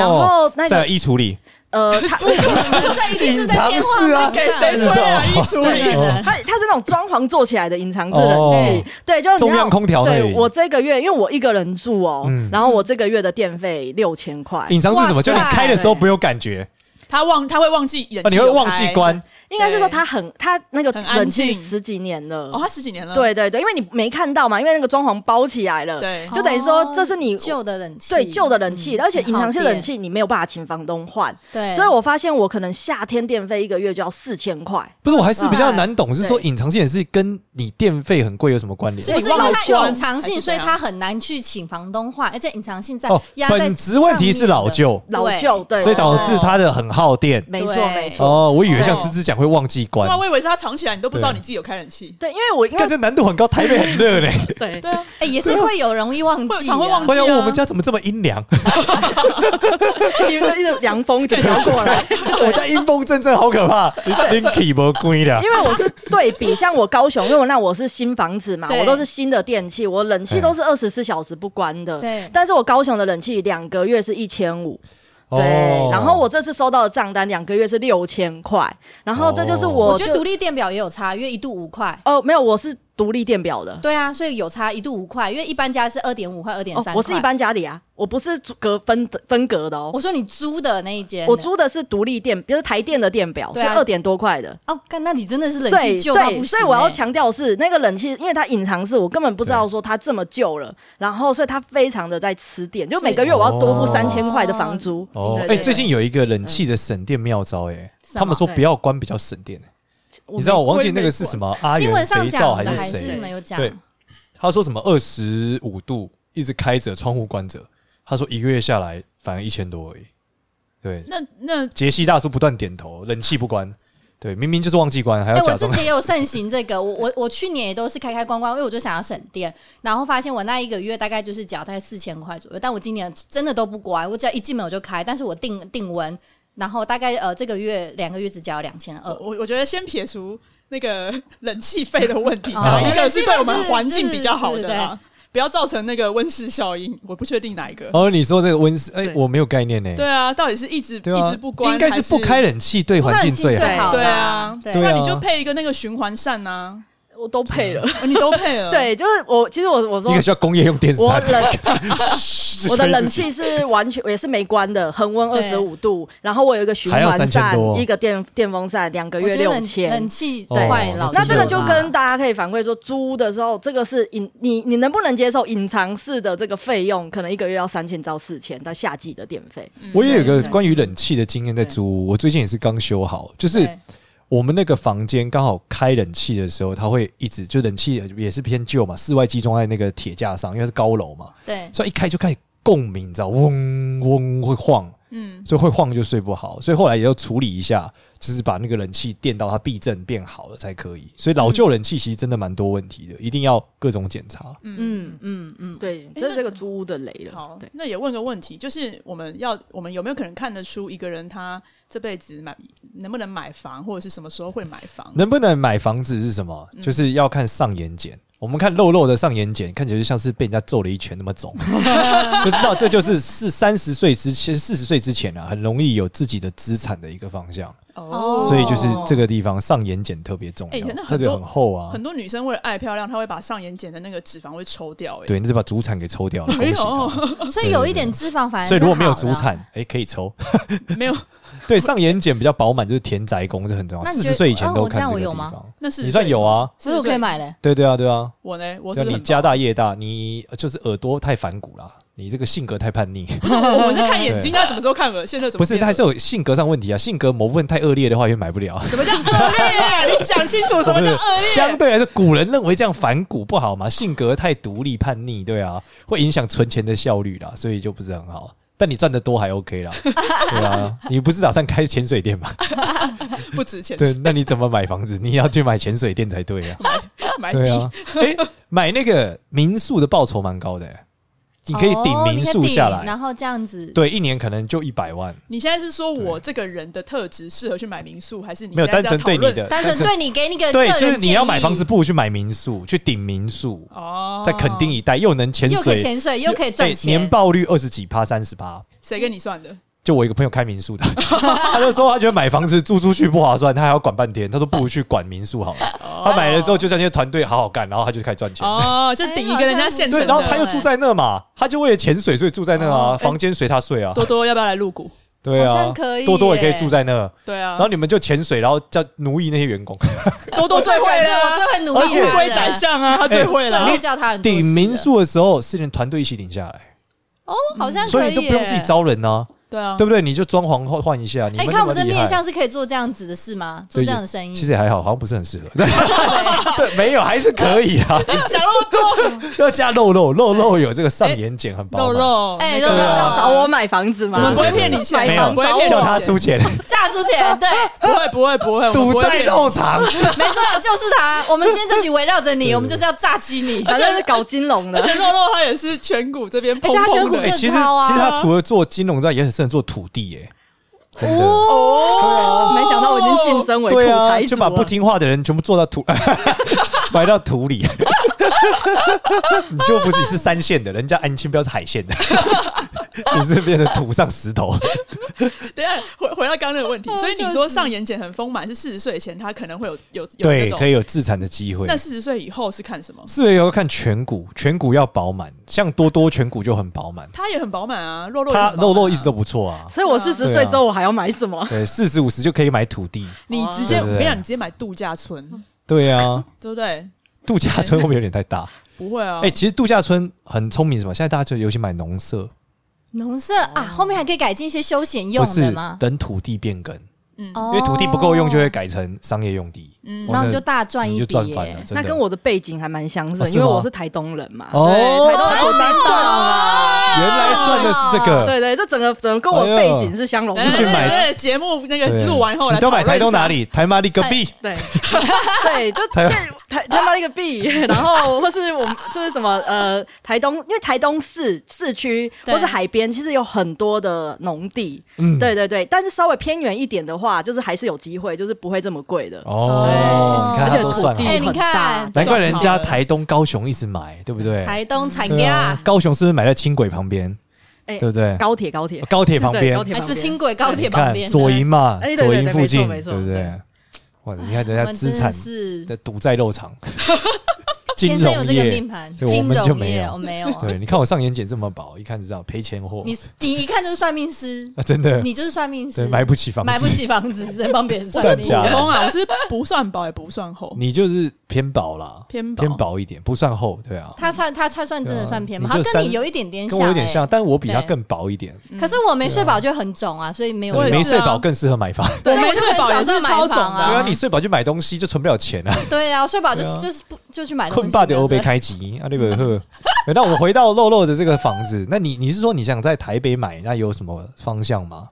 [SPEAKER 4] 然后那
[SPEAKER 3] 再来
[SPEAKER 4] 个
[SPEAKER 3] 衣橱里，
[SPEAKER 4] 呃，它
[SPEAKER 2] 不是，你 们这一定是在天
[SPEAKER 3] 隐藏式啊
[SPEAKER 2] 花板
[SPEAKER 1] 给
[SPEAKER 2] 上
[SPEAKER 1] 谁吹啊？
[SPEAKER 3] 是
[SPEAKER 1] 一出
[SPEAKER 2] 对对
[SPEAKER 1] 里，
[SPEAKER 2] 对
[SPEAKER 4] 它它是那种装潢做起来的隐藏式冷
[SPEAKER 3] 哦
[SPEAKER 4] 气，对，就是你
[SPEAKER 3] 中
[SPEAKER 4] 要
[SPEAKER 3] 央空调那
[SPEAKER 4] 对
[SPEAKER 3] 里。
[SPEAKER 4] 我这个月，因为我一个人住哦，
[SPEAKER 3] 嗯
[SPEAKER 4] 然后我这个月的电费六千块，
[SPEAKER 3] 隐藏是什么？
[SPEAKER 2] 哇塞
[SPEAKER 3] 就你开的时候不有感觉，
[SPEAKER 1] 他忘他会忘记冷
[SPEAKER 3] 啊，
[SPEAKER 1] 气
[SPEAKER 3] 你
[SPEAKER 1] 有
[SPEAKER 3] 会
[SPEAKER 1] 开，
[SPEAKER 3] 忘记关。
[SPEAKER 4] 应该是说它很它那个
[SPEAKER 1] 很安
[SPEAKER 4] 冷气
[SPEAKER 1] 静
[SPEAKER 4] 十几年了
[SPEAKER 1] 哦，。他十几
[SPEAKER 2] 嗯
[SPEAKER 1] 年了，
[SPEAKER 4] 对对对，因为你没看到嘛，因为那个装潢包起来了，
[SPEAKER 1] 对
[SPEAKER 4] 就等于说这是你
[SPEAKER 2] 哦旧的冷气，
[SPEAKER 4] 对哦旧的冷气，
[SPEAKER 2] 嗯
[SPEAKER 4] 而且隐藏式冷，气你没有办法请房东换，
[SPEAKER 2] 对，
[SPEAKER 4] 所以我发现我可能夏天电费一个月就要四千块，
[SPEAKER 3] 不是，我还是比较
[SPEAKER 2] 哇塞
[SPEAKER 3] 难懂，是说
[SPEAKER 4] 对
[SPEAKER 3] 隐藏性也是跟你电费很贵有什么关联？
[SPEAKER 1] 是
[SPEAKER 2] 不
[SPEAKER 1] 你
[SPEAKER 2] 是因为
[SPEAKER 1] 忘
[SPEAKER 2] 它
[SPEAKER 1] 记了
[SPEAKER 2] 隐藏
[SPEAKER 1] 还
[SPEAKER 2] 性，
[SPEAKER 1] 是怎
[SPEAKER 2] 所以
[SPEAKER 1] 样
[SPEAKER 2] 它很难去请房东换，而且隐藏性在
[SPEAKER 3] 哦
[SPEAKER 2] 压，在
[SPEAKER 3] 本质问题是老旧，
[SPEAKER 2] 对
[SPEAKER 4] 老旧对，
[SPEAKER 3] 所以导致
[SPEAKER 4] 对
[SPEAKER 3] 它的很耗电。
[SPEAKER 4] 没错
[SPEAKER 2] 对
[SPEAKER 4] 没错。
[SPEAKER 3] 哦，我以为像
[SPEAKER 1] 哦
[SPEAKER 3] 芝芝讲会忘记
[SPEAKER 1] 对
[SPEAKER 3] 关
[SPEAKER 1] 啊，，我以为是他藏起来，你都不知道
[SPEAKER 3] 对
[SPEAKER 1] 你自己有开冷气。
[SPEAKER 4] 对，因为我因
[SPEAKER 3] 看
[SPEAKER 4] 为
[SPEAKER 3] 这难度很高，台北很热嘞。
[SPEAKER 4] 对
[SPEAKER 1] 对啊，
[SPEAKER 2] 哎，也是会有人会忘
[SPEAKER 1] 会
[SPEAKER 2] 记，
[SPEAKER 1] 常会忘记
[SPEAKER 3] 我
[SPEAKER 1] 啊
[SPEAKER 3] 想问我们家怎么这么阴凉？
[SPEAKER 4] 一直一直凉风一直飘过来，
[SPEAKER 3] 我家阴风阵阵，好可怕。Linky 不贵的
[SPEAKER 4] 因，为我是对比，像我高雄，因为我那我是新房子嘛，
[SPEAKER 2] 对
[SPEAKER 4] 我都是新的电器，我冷气
[SPEAKER 3] 对
[SPEAKER 4] 都是二十四小时不关的。
[SPEAKER 2] 对
[SPEAKER 4] 但是我高雄的冷气两个月是一千五，
[SPEAKER 3] 哦
[SPEAKER 4] 对。然后我这次收到的账单两个月是六千块，然
[SPEAKER 3] 哦
[SPEAKER 4] 后这就是
[SPEAKER 2] 我
[SPEAKER 4] 我
[SPEAKER 2] 觉
[SPEAKER 4] 就
[SPEAKER 2] 得独立电表也有差，因为一度五块。
[SPEAKER 4] 哦没有，我是独立电表的，
[SPEAKER 2] 对啊，所以有差一度五块，因为一般家是二点五块、二点
[SPEAKER 4] 哦
[SPEAKER 2] 三。
[SPEAKER 4] 我是一，般家里啊，我不是租隔分分隔的哦
[SPEAKER 2] 我，说你租的那一间，
[SPEAKER 4] 我租的是独立电，就是台电的电表，
[SPEAKER 2] 对
[SPEAKER 4] 是
[SPEAKER 2] 啊
[SPEAKER 4] 二点多块的。
[SPEAKER 2] 哦，干，那你真的是冷
[SPEAKER 4] 对
[SPEAKER 2] 气旧到
[SPEAKER 4] 对，
[SPEAKER 2] 不行欸。
[SPEAKER 4] 所以我要强调的是那个冷气，因为它隐藏式，我根本不知道说它这么旧
[SPEAKER 3] 嗯
[SPEAKER 4] 了，然后所以它非常的在吃电，就每个月我要多付
[SPEAKER 3] 所以
[SPEAKER 4] 三千块的房租。
[SPEAKER 3] 哦，
[SPEAKER 2] 对
[SPEAKER 3] 哎、
[SPEAKER 2] 对对
[SPEAKER 3] 最近有一个冷气的省电妙招、哎，
[SPEAKER 2] 什么
[SPEAKER 3] 他们说不要关比较省电、哎你知道我忘记那个是什
[SPEAKER 4] 么？
[SPEAKER 3] 么阿
[SPEAKER 2] 新
[SPEAKER 3] 元
[SPEAKER 2] 闻上
[SPEAKER 3] 肥
[SPEAKER 2] 讲
[SPEAKER 3] 皂
[SPEAKER 2] 的
[SPEAKER 3] 还
[SPEAKER 2] 还
[SPEAKER 3] 是
[SPEAKER 2] 是什
[SPEAKER 3] 谁
[SPEAKER 2] 么？有讲？
[SPEAKER 3] 对，他说什么二十五度一直开着窗户关着，他说一个月下来反而一千多而已。对，
[SPEAKER 1] 那那
[SPEAKER 3] 杰西大叔不断点头，冷气不关，对，明明就是忘记关，还
[SPEAKER 2] 哎、
[SPEAKER 3] 要
[SPEAKER 2] 我
[SPEAKER 3] 假
[SPEAKER 2] 自
[SPEAKER 3] 装。
[SPEAKER 2] 己也有盛行这个，我我我去年也都是开开关关，因为我就想要省电，然后发现我那一个月大概就是缴大概四千块左右，但我今年真的都不乖，我只要一进门我就开，但是我定定温，然后大概呃这个月两个月只交两千
[SPEAKER 1] 我
[SPEAKER 2] 二，
[SPEAKER 1] 呃
[SPEAKER 3] 哦
[SPEAKER 1] 我我觉得先撇除那个冷气费的问题，
[SPEAKER 2] 哦
[SPEAKER 1] 哪一
[SPEAKER 2] 对
[SPEAKER 1] 个是对我们环境比较好
[SPEAKER 2] 冷气
[SPEAKER 1] 的
[SPEAKER 2] 费
[SPEAKER 1] 啦？不要造成那个温室效应，我不确定哪一个。
[SPEAKER 3] 哦，你说这个温室，哎、
[SPEAKER 4] 对
[SPEAKER 3] 我没有概念呢、
[SPEAKER 1] 对啊，到底是一直
[SPEAKER 3] 对啊，
[SPEAKER 1] 一直不关，
[SPEAKER 3] 应该
[SPEAKER 1] 还
[SPEAKER 3] 是
[SPEAKER 1] 是
[SPEAKER 3] 不开冷气对环境最
[SPEAKER 2] 不
[SPEAKER 3] 好。
[SPEAKER 2] 然冷气最好
[SPEAKER 1] 对
[SPEAKER 2] 啦
[SPEAKER 1] 啊，
[SPEAKER 2] 对
[SPEAKER 3] 对啊
[SPEAKER 1] 那你就配一个那个循环扇呐，
[SPEAKER 4] 我都配了。
[SPEAKER 1] 哦你都配了，，
[SPEAKER 4] 对，就是我，其实我我说
[SPEAKER 3] 你可需要工业用电
[SPEAKER 4] 我
[SPEAKER 3] 扇，
[SPEAKER 4] 冷
[SPEAKER 3] 啊 是
[SPEAKER 4] 我的
[SPEAKER 3] 所以
[SPEAKER 4] 冷
[SPEAKER 3] 是
[SPEAKER 4] 气是完全也是没关的，恒温二
[SPEAKER 2] 对
[SPEAKER 4] 十五度，然后我有一个循
[SPEAKER 3] 还要
[SPEAKER 4] 环
[SPEAKER 3] 3000
[SPEAKER 4] 扇
[SPEAKER 3] 多，
[SPEAKER 4] 一个电电风扇，两个
[SPEAKER 2] 我
[SPEAKER 4] 月
[SPEAKER 2] 觉得
[SPEAKER 4] 六
[SPEAKER 2] 冷
[SPEAKER 4] 千
[SPEAKER 2] 冷。气
[SPEAKER 3] 对
[SPEAKER 2] 坏
[SPEAKER 3] 哦
[SPEAKER 2] 老，
[SPEAKER 4] 那这个就
[SPEAKER 3] 啊
[SPEAKER 4] 跟大家可以反馈说，租的时候这个是隐你你能不能接受隐藏式的这个费用？可能一个月要三千到四千，到夏季的电费。
[SPEAKER 1] 嗯
[SPEAKER 3] 我也有个
[SPEAKER 4] 对
[SPEAKER 3] 关于冷气的经验在租屋，我最近也是刚修好，就是
[SPEAKER 2] 对
[SPEAKER 3] 我们那个房间刚好开冷气的时候，它会一直就冷气也是偏旧嘛，室外机装在那个铁架上，因为是高楼嘛，
[SPEAKER 2] 对
[SPEAKER 3] 所以一开就开始共鸣，你知道，嗡嗡会晃，
[SPEAKER 1] 嗯，
[SPEAKER 3] 所以会晃就睡不好，所以后来也要处理一下，就是把那个冷气电到它避震变好了才可以。所以老旧冷气其实真的蛮多问题的，一定要各种检查。
[SPEAKER 2] 嗯嗯嗯，
[SPEAKER 4] 对，这是这个租屋的雷了。
[SPEAKER 1] 好
[SPEAKER 4] 对，，
[SPEAKER 1] 那也问个问题，就是我们要我们有没有可能看得出一个人他这辈子买能不能买房，或者是什么时候会买房？
[SPEAKER 3] 能不能买房子是什么？
[SPEAKER 1] 嗯
[SPEAKER 3] 就是要看上眼睑。我们看肉肉的上眼睑，看起来就像是被人家揍了一拳那么 肿，就知道这就是是三十岁之前、四十岁之前啊，很容易有自己的资产的一个方向。
[SPEAKER 2] 哦
[SPEAKER 3] 所以就是这个地方上眼睑特别重
[SPEAKER 1] 哎
[SPEAKER 3] 要
[SPEAKER 1] 可能，
[SPEAKER 3] 它
[SPEAKER 1] 很
[SPEAKER 3] 就
[SPEAKER 1] 多
[SPEAKER 3] 很厚啊
[SPEAKER 1] 很。多女生为了爱漂亮，她会把上眼睑的那个脂肪会抽掉、欸，
[SPEAKER 3] 对，你是把主产给抽掉了，恭
[SPEAKER 1] 没
[SPEAKER 3] 喜
[SPEAKER 1] 有
[SPEAKER 3] 他。
[SPEAKER 2] 所以有一点脂肪反而
[SPEAKER 3] 所以如果没有
[SPEAKER 2] 是好
[SPEAKER 3] 主
[SPEAKER 2] 的啊
[SPEAKER 3] 产，哎，可以抽。
[SPEAKER 1] 没有，
[SPEAKER 3] 对，上眼睑比较饱满，就是田宅宫，这很重要。
[SPEAKER 2] 那你
[SPEAKER 3] 四
[SPEAKER 2] 觉
[SPEAKER 3] 十
[SPEAKER 2] 得
[SPEAKER 3] 岁以前
[SPEAKER 2] 哦
[SPEAKER 3] 都
[SPEAKER 2] 我这
[SPEAKER 3] 看
[SPEAKER 2] 样
[SPEAKER 3] 这
[SPEAKER 2] 我
[SPEAKER 3] 个
[SPEAKER 2] 有
[SPEAKER 3] 地
[SPEAKER 2] 吗
[SPEAKER 3] 方，
[SPEAKER 1] 那是
[SPEAKER 3] 你算有啊？
[SPEAKER 2] 所以我可以买嘞。
[SPEAKER 3] 对对啊，对啊。
[SPEAKER 1] 我呢，我
[SPEAKER 3] 那
[SPEAKER 1] 是
[SPEAKER 3] 你
[SPEAKER 1] 很啊
[SPEAKER 3] 家
[SPEAKER 1] 饱
[SPEAKER 3] 大业大，你就是耳朵太反骨啦，你这个性格太叛逆，
[SPEAKER 1] 不是我，我们是 看眼睛，他什么时候看了，现在怎么
[SPEAKER 3] 不是，
[SPEAKER 1] 变
[SPEAKER 3] 他
[SPEAKER 1] 了
[SPEAKER 3] 还是有性格上问题啊。性格某部分太恶劣的话，也买不了。
[SPEAKER 1] 什么叫恶劣 啊？你讲清 楚什么
[SPEAKER 3] 不
[SPEAKER 1] 叫
[SPEAKER 3] 是
[SPEAKER 1] 恶劣？
[SPEAKER 3] 相对来说，古人认为这样反骨不好嘛，性格太独立叛逆，对啊，会影响存钱的效率啦，所以就不是很好。但你赚的多还 OK 啦，对啊，你不是打算开潜水店 吧？
[SPEAKER 1] 不值钱，
[SPEAKER 3] 对，那你怎么买房子？你要去买潜水店才对啊。
[SPEAKER 1] 买
[SPEAKER 3] 对
[SPEAKER 1] 低。
[SPEAKER 3] 啊，哎、买那个民宿的报酬蛮高的、你可以顶
[SPEAKER 2] 哦
[SPEAKER 3] 民
[SPEAKER 2] 你可以
[SPEAKER 3] 宿下
[SPEAKER 2] 顶
[SPEAKER 3] 来，
[SPEAKER 2] 然后这样子。
[SPEAKER 3] 对，一年可能就一百万，
[SPEAKER 1] 你现在是说我这个人的特质适合去买民宿，还是你
[SPEAKER 3] 没有
[SPEAKER 1] 现在
[SPEAKER 3] 单
[SPEAKER 1] 是要
[SPEAKER 3] 纯对
[SPEAKER 1] 讨
[SPEAKER 3] 你
[SPEAKER 1] 论
[SPEAKER 3] 的，
[SPEAKER 2] 单纯对你给你个
[SPEAKER 3] 对，
[SPEAKER 2] 个人
[SPEAKER 3] 就是你要买
[SPEAKER 2] 建议
[SPEAKER 3] 房子，不如去买民宿，去顶民宿，
[SPEAKER 1] 哦？
[SPEAKER 3] 在垦丁一带又能潜
[SPEAKER 2] 又可以
[SPEAKER 3] 水，
[SPEAKER 2] 潜水，又可以赚
[SPEAKER 3] 哎
[SPEAKER 2] 钱。
[SPEAKER 3] 年报率二十几趴、三十趴。
[SPEAKER 1] 谁跟你算的？
[SPEAKER 3] 就我一个朋友开民宿的， 他就说他觉得买房子租出去不划算，他还要管半天，他说不如去管民宿好了。他买了之后就叫那些团队好好干，然后他就开始赚钱。
[SPEAKER 1] 哦，就顶一个人家现成
[SPEAKER 3] 哎
[SPEAKER 1] 的。
[SPEAKER 3] 对，然后他又
[SPEAKER 2] 欸
[SPEAKER 3] 住在那嘛，他就为了潜水，所以住在那啊，
[SPEAKER 1] 哦
[SPEAKER 3] 房间随他睡啊。
[SPEAKER 1] 多多要不要来入股？
[SPEAKER 3] 对
[SPEAKER 2] 好
[SPEAKER 3] 啊
[SPEAKER 2] 像可，以
[SPEAKER 3] 多多也可以
[SPEAKER 2] 耶
[SPEAKER 3] 住在那，
[SPEAKER 1] 对啊
[SPEAKER 3] 然，后你们就潜水，然后叫奴役那些员工。
[SPEAKER 1] 多多最会了
[SPEAKER 2] 我
[SPEAKER 1] 啊，
[SPEAKER 2] 最会努
[SPEAKER 3] 而
[SPEAKER 2] 力
[SPEAKER 3] 且
[SPEAKER 2] 他
[SPEAKER 1] 乌
[SPEAKER 2] 的，
[SPEAKER 1] 龟宰相啊，他最会了
[SPEAKER 2] 最
[SPEAKER 1] 啊。
[SPEAKER 2] 会叫他很多事
[SPEAKER 3] 顶民
[SPEAKER 2] 的
[SPEAKER 3] 宿的时候是连团队一起顶下来，
[SPEAKER 2] 哦，好像
[SPEAKER 3] 所
[SPEAKER 2] 可
[SPEAKER 3] 以你都
[SPEAKER 2] 耶
[SPEAKER 3] 不用自己。招人呢、
[SPEAKER 1] 对啊，
[SPEAKER 3] 对不对？你就装潢换换一下，你
[SPEAKER 2] 哎，
[SPEAKER 3] 们
[SPEAKER 2] 看
[SPEAKER 3] 那
[SPEAKER 2] 我
[SPEAKER 3] 么
[SPEAKER 2] 们这
[SPEAKER 3] 厉
[SPEAKER 2] 面相
[SPEAKER 3] 害。
[SPEAKER 2] 是可以做这样子的事吗？做
[SPEAKER 3] 对
[SPEAKER 2] 这样的生意，
[SPEAKER 3] 其实也还好，好像不是很 适合。对，没有，还是可以啊。
[SPEAKER 1] 讲那么 多，
[SPEAKER 3] 要加肉肉，肉肉有这个上眼睑很饱
[SPEAKER 1] 肉
[SPEAKER 3] 满，
[SPEAKER 1] 肉，
[SPEAKER 2] 哎
[SPEAKER 1] 那
[SPEAKER 2] 肉
[SPEAKER 1] 个
[SPEAKER 2] 肉
[SPEAKER 3] 啊
[SPEAKER 4] 要找我买房子吗？
[SPEAKER 1] 我们不会
[SPEAKER 3] 对对
[SPEAKER 1] 骗你钱，
[SPEAKER 3] 没
[SPEAKER 1] 我们不会
[SPEAKER 3] 有
[SPEAKER 1] 骗
[SPEAKER 3] 叫
[SPEAKER 1] 你
[SPEAKER 3] 他
[SPEAKER 1] 钱
[SPEAKER 3] 出钱，
[SPEAKER 2] 嫁出去， 对，
[SPEAKER 1] 不会不会不会，我们不
[SPEAKER 3] 赌
[SPEAKER 1] 会
[SPEAKER 3] 在
[SPEAKER 1] 骗你
[SPEAKER 3] 肉场。
[SPEAKER 2] 没错，就是他。我们今天这集围绕着你，我们就是要炸欺你。
[SPEAKER 4] 反正是搞金融的
[SPEAKER 1] 而。且哎肉肉他也是颧骨这边
[SPEAKER 2] 而
[SPEAKER 1] 蓬
[SPEAKER 2] 且他颧
[SPEAKER 1] 蓬
[SPEAKER 2] 骨
[SPEAKER 1] 的
[SPEAKER 2] 更
[SPEAKER 3] 哎，其实其实
[SPEAKER 2] 高啊
[SPEAKER 3] 他除了做金融之外，也很适合做土地耶。真的，
[SPEAKER 1] 哦
[SPEAKER 2] 哦
[SPEAKER 4] 没想到我已经晋升为土
[SPEAKER 3] 对啊，
[SPEAKER 4] 财主
[SPEAKER 3] 就
[SPEAKER 4] 了
[SPEAKER 3] 把不听话的人全部做到土， 埋到土里。 你就不是是三线的，人家安青标是海线的， 你是变成土上石头。
[SPEAKER 1] 等一下回回到刚刚那个问
[SPEAKER 2] 哦
[SPEAKER 1] 题，所以你说上眼睑很丰满是四十岁以前，他可能会有有有那
[SPEAKER 3] 对，可
[SPEAKER 1] 种。
[SPEAKER 3] 以有自产的机会。
[SPEAKER 1] 那四十岁以后是看什么？
[SPEAKER 3] 四维要看颧骨，颧骨要饱满，像多多颧骨就很饱满，
[SPEAKER 1] 他也很饱满啊，肉肉也
[SPEAKER 3] 他
[SPEAKER 1] 很饱满啊
[SPEAKER 3] 肉肉一直都不错啊。
[SPEAKER 4] 所以我四十
[SPEAKER 3] 对啊
[SPEAKER 4] 岁之后我还要买什么？
[SPEAKER 3] 对，啊四十五十就可以买土地。
[SPEAKER 1] 你直接
[SPEAKER 3] 哦
[SPEAKER 1] 我跟你
[SPEAKER 3] 对对
[SPEAKER 1] 讲，你直接买度假村，
[SPEAKER 2] 嗯
[SPEAKER 3] 对 啊，
[SPEAKER 1] 对不对？
[SPEAKER 3] 度假村会不会有点太 大？
[SPEAKER 1] 不会啊，
[SPEAKER 3] 哎、其实度假村很聪明，什么？现在大家就尤其买农舍，
[SPEAKER 2] 农舍啊，后面还可以改进一些休闲
[SPEAKER 3] 不
[SPEAKER 2] 用的
[SPEAKER 3] 是
[SPEAKER 2] 吗？
[SPEAKER 3] 等土地变更，
[SPEAKER 2] 哦
[SPEAKER 3] 因为土地不够用，就会改成商业用地。嗯，
[SPEAKER 2] 然后哦你就大赚
[SPEAKER 3] 你
[SPEAKER 2] 一
[SPEAKER 3] 就
[SPEAKER 2] 笔
[SPEAKER 3] 赚
[SPEAKER 2] 耶
[SPEAKER 3] 翻了。真的
[SPEAKER 4] 那跟我的背景还蛮相
[SPEAKER 3] 哦
[SPEAKER 4] 似，
[SPEAKER 3] 是
[SPEAKER 4] 因为
[SPEAKER 3] 吗
[SPEAKER 4] 我是台东人嘛。
[SPEAKER 3] 哦
[SPEAKER 4] 对台东人
[SPEAKER 3] 难怪
[SPEAKER 4] 啊
[SPEAKER 3] 原来赚的是这 个。
[SPEAKER 4] 对对，这整个整个跟我
[SPEAKER 3] 哎
[SPEAKER 4] 背
[SPEAKER 3] 呦
[SPEAKER 4] 景是相融的
[SPEAKER 1] 来
[SPEAKER 3] 继续
[SPEAKER 1] 来
[SPEAKER 3] 买
[SPEAKER 1] 来来哎节目那
[SPEAKER 3] 对
[SPEAKER 1] 个录完以后来
[SPEAKER 3] 你都买
[SPEAKER 1] 讨论
[SPEAKER 3] 台
[SPEAKER 1] 一下
[SPEAKER 3] 东哪？里？台马里隔壁。
[SPEAKER 4] 对对，就
[SPEAKER 3] 台
[SPEAKER 4] 现台台湾那个币， 然后或是我们就是什么呃台东，因为台东市市区
[SPEAKER 2] 对
[SPEAKER 4] 或是海边，其实有很多的农地，
[SPEAKER 3] 嗯
[SPEAKER 4] 对对对，但是稍微偏远一点的话，就是还是有机会，就是不会这么贵的。
[SPEAKER 3] 哦，你看
[SPEAKER 4] 而
[SPEAKER 3] 他
[SPEAKER 4] 且
[SPEAKER 3] 都
[SPEAKER 4] 土
[SPEAKER 3] 算好
[SPEAKER 4] 地
[SPEAKER 2] 哎，你
[SPEAKER 4] 很大
[SPEAKER 2] 看，
[SPEAKER 3] 难怪人家
[SPEAKER 1] 赚好了
[SPEAKER 3] 台东、高雄一直买，对不对？
[SPEAKER 2] 台东产
[SPEAKER 3] 对
[SPEAKER 2] 家
[SPEAKER 3] 啊，，高雄是不是买在轻轨旁边？
[SPEAKER 4] 哎
[SPEAKER 3] 对不对？
[SPEAKER 4] 高铁高铁
[SPEAKER 3] 哦高铁旁
[SPEAKER 4] 对
[SPEAKER 3] 边
[SPEAKER 4] 高，铁
[SPEAKER 2] 还
[SPEAKER 4] 旁
[SPEAKER 2] 是
[SPEAKER 4] 边
[SPEAKER 2] 轻轨、高铁
[SPEAKER 3] 你
[SPEAKER 2] 旁
[SPEAKER 3] 看
[SPEAKER 2] 边。
[SPEAKER 3] 左营嘛
[SPEAKER 4] 哎对，对
[SPEAKER 3] 左营
[SPEAKER 4] 对
[SPEAKER 3] 附
[SPEAKER 4] 没错
[SPEAKER 3] 近，
[SPEAKER 4] 没错
[SPEAKER 3] 对不对
[SPEAKER 4] 对？
[SPEAKER 3] 哇，你看
[SPEAKER 2] 我
[SPEAKER 3] 人家
[SPEAKER 2] 们
[SPEAKER 3] 资
[SPEAKER 2] 真的
[SPEAKER 3] 产
[SPEAKER 2] 是
[SPEAKER 3] 在赌在肉场，金
[SPEAKER 2] 天生
[SPEAKER 3] 融业
[SPEAKER 2] 有这个命盘，
[SPEAKER 3] 对我
[SPEAKER 2] 金
[SPEAKER 3] 们就
[SPEAKER 2] 融
[SPEAKER 3] 没
[SPEAKER 2] 业
[SPEAKER 3] 有
[SPEAKER 2] 我没有啊。
[SPEAKER 3] 对，你看我上眼睑这么薄，一看就知道赔钱货
[SPEAKER 2] 你你一看就是算命师，
[SPEAKER 3] 啊，真的，
[SPEAKER 2] 你就是算命师
[SPEAKER 3] 对，，买不起房子，
[SPEAKER 2] 买不起房子，在帮别 人
[SPEAKER 1] 我
[SPEAKER 2] 算
[SPEAKER 1] 是
[SPEAKER 2] 命
[SPEAKER 1] 普
[SPEAKER 3] 真。假的
[SPEAKER 1] 通啊，我是不算薄也不算厚，
[SPEAKER 3] 你就是偏薄啦，
[SPEAKER 1] 偏薄
[SPEAKER 3] 偏薄一点，不算厚，对啊，
[SPEAKER 2] 他算他他算真的算偏嘛？
[SPEAKER 3] 对
[SPEAKER 2] 他
[SPEAKER 3] 啊你就
[SPEAKER 2] 跟你
[SPEAKER 3] 三
[SPEAKER 2] 有一点点
[SPEAKER 3] 跟我有点
[SPEAKER 2] 欸
[SPEAKER 3] 像，但我比他
[SPEAKER 2] 对
[SPEAKER 3] 更薄一点，
[SPEAKER 2] 可是我没睡饱就很肿啊，所以没有
[SPEAKER 1] 我也
[SPEAKER 2] 用
[SPEAKER 3] 没
[SPEAKER 1] 是啊
[SPEAKER 3] 睡饱更适 合买房，
[SPEAKER 1] 对
[SPEAKER 2] 所以我
[SPEAKER 1] 没
[SPEAKER 2] 就
[SPEAKER 1] 睡
[SPEAKER 2] 很
[SPEAKER 1] 饱
[SPEAKER 2] 早
[SPEAKER 1] 也
[SPEAKER 2] 上
[SPEAKER 1] 是
[SPEAKER 2] 买
[SPEAKER 1] 超
[SPEAKER 2] 房
[SPEAKER 1] 肿的
[SPEAKER 3] 对
[SPEAKER 2] 啊
[SPEAKER 3] 啊，。你睡饱去买东西就存不了钱啊，
[SPEAKER 2] 对啊，睡饱就
[SPEAKER 3] 对啊
[SPEAKER 2] 是就是不就去买东西
[SPEAKER 3] 困霸的欧北开机啊，对 不对？对那我们回到肉肉的这个房子，那你你是说你想在台北买，那有什么方向吗？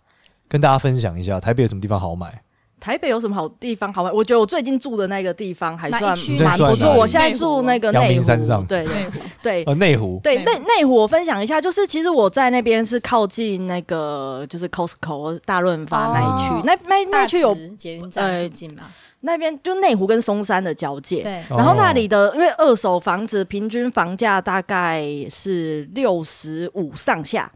[SPEAKER 3] 跟大家分享一下，台北有什么地方好买？
[SPEAKER 4] 台北有什么好地方好玩？我觉得我最近住的那个地方还
[SPEAKER 2] 哪
[SPEAKER 4] 算
[SPEAKER 2] 一区
[SPEAKER 4] 蛮不
[SPEAKER 3] 你在住
[SPEAKER 4] 错。
[SPEAKER 3] 哪里
[SPEAKER 4] 我现在住那个
[SPEAKER 3] 阳
[SPEAKER 4] 内
[SPEAKER 3] 明
[SPEAKER 4] 湖，
[SPEAKER 3] 山上
[SPEAKER 4] 对对
[SPEAKER 1] 内湖
[SPEAKER 4] 对
[SPEAKER 3] 呃，内湖，
[SPEAKER 4] 对，
[SPEAKER 1] 内
[SPEAKER 4] 内内湖我分享一下，就是其实我在那边是靠近那个就是 Costco 大润发那一区，
[SPEAKER 2] 哦
[SPEAKER 4] 那那那
[SPEAKER 2] 大
[SPEAKER 4] 一区有呃
[SPEAKER 2] 直捷运站附近嘛？
[SPEAKER 4] 那边就内湖跟松山的交界。
[SPEAKER 2] 对，
[SPEAKER 3] 哦
[SPEAKER 4] 然后那里的，因为二手房子平均房价大概是六十五上下，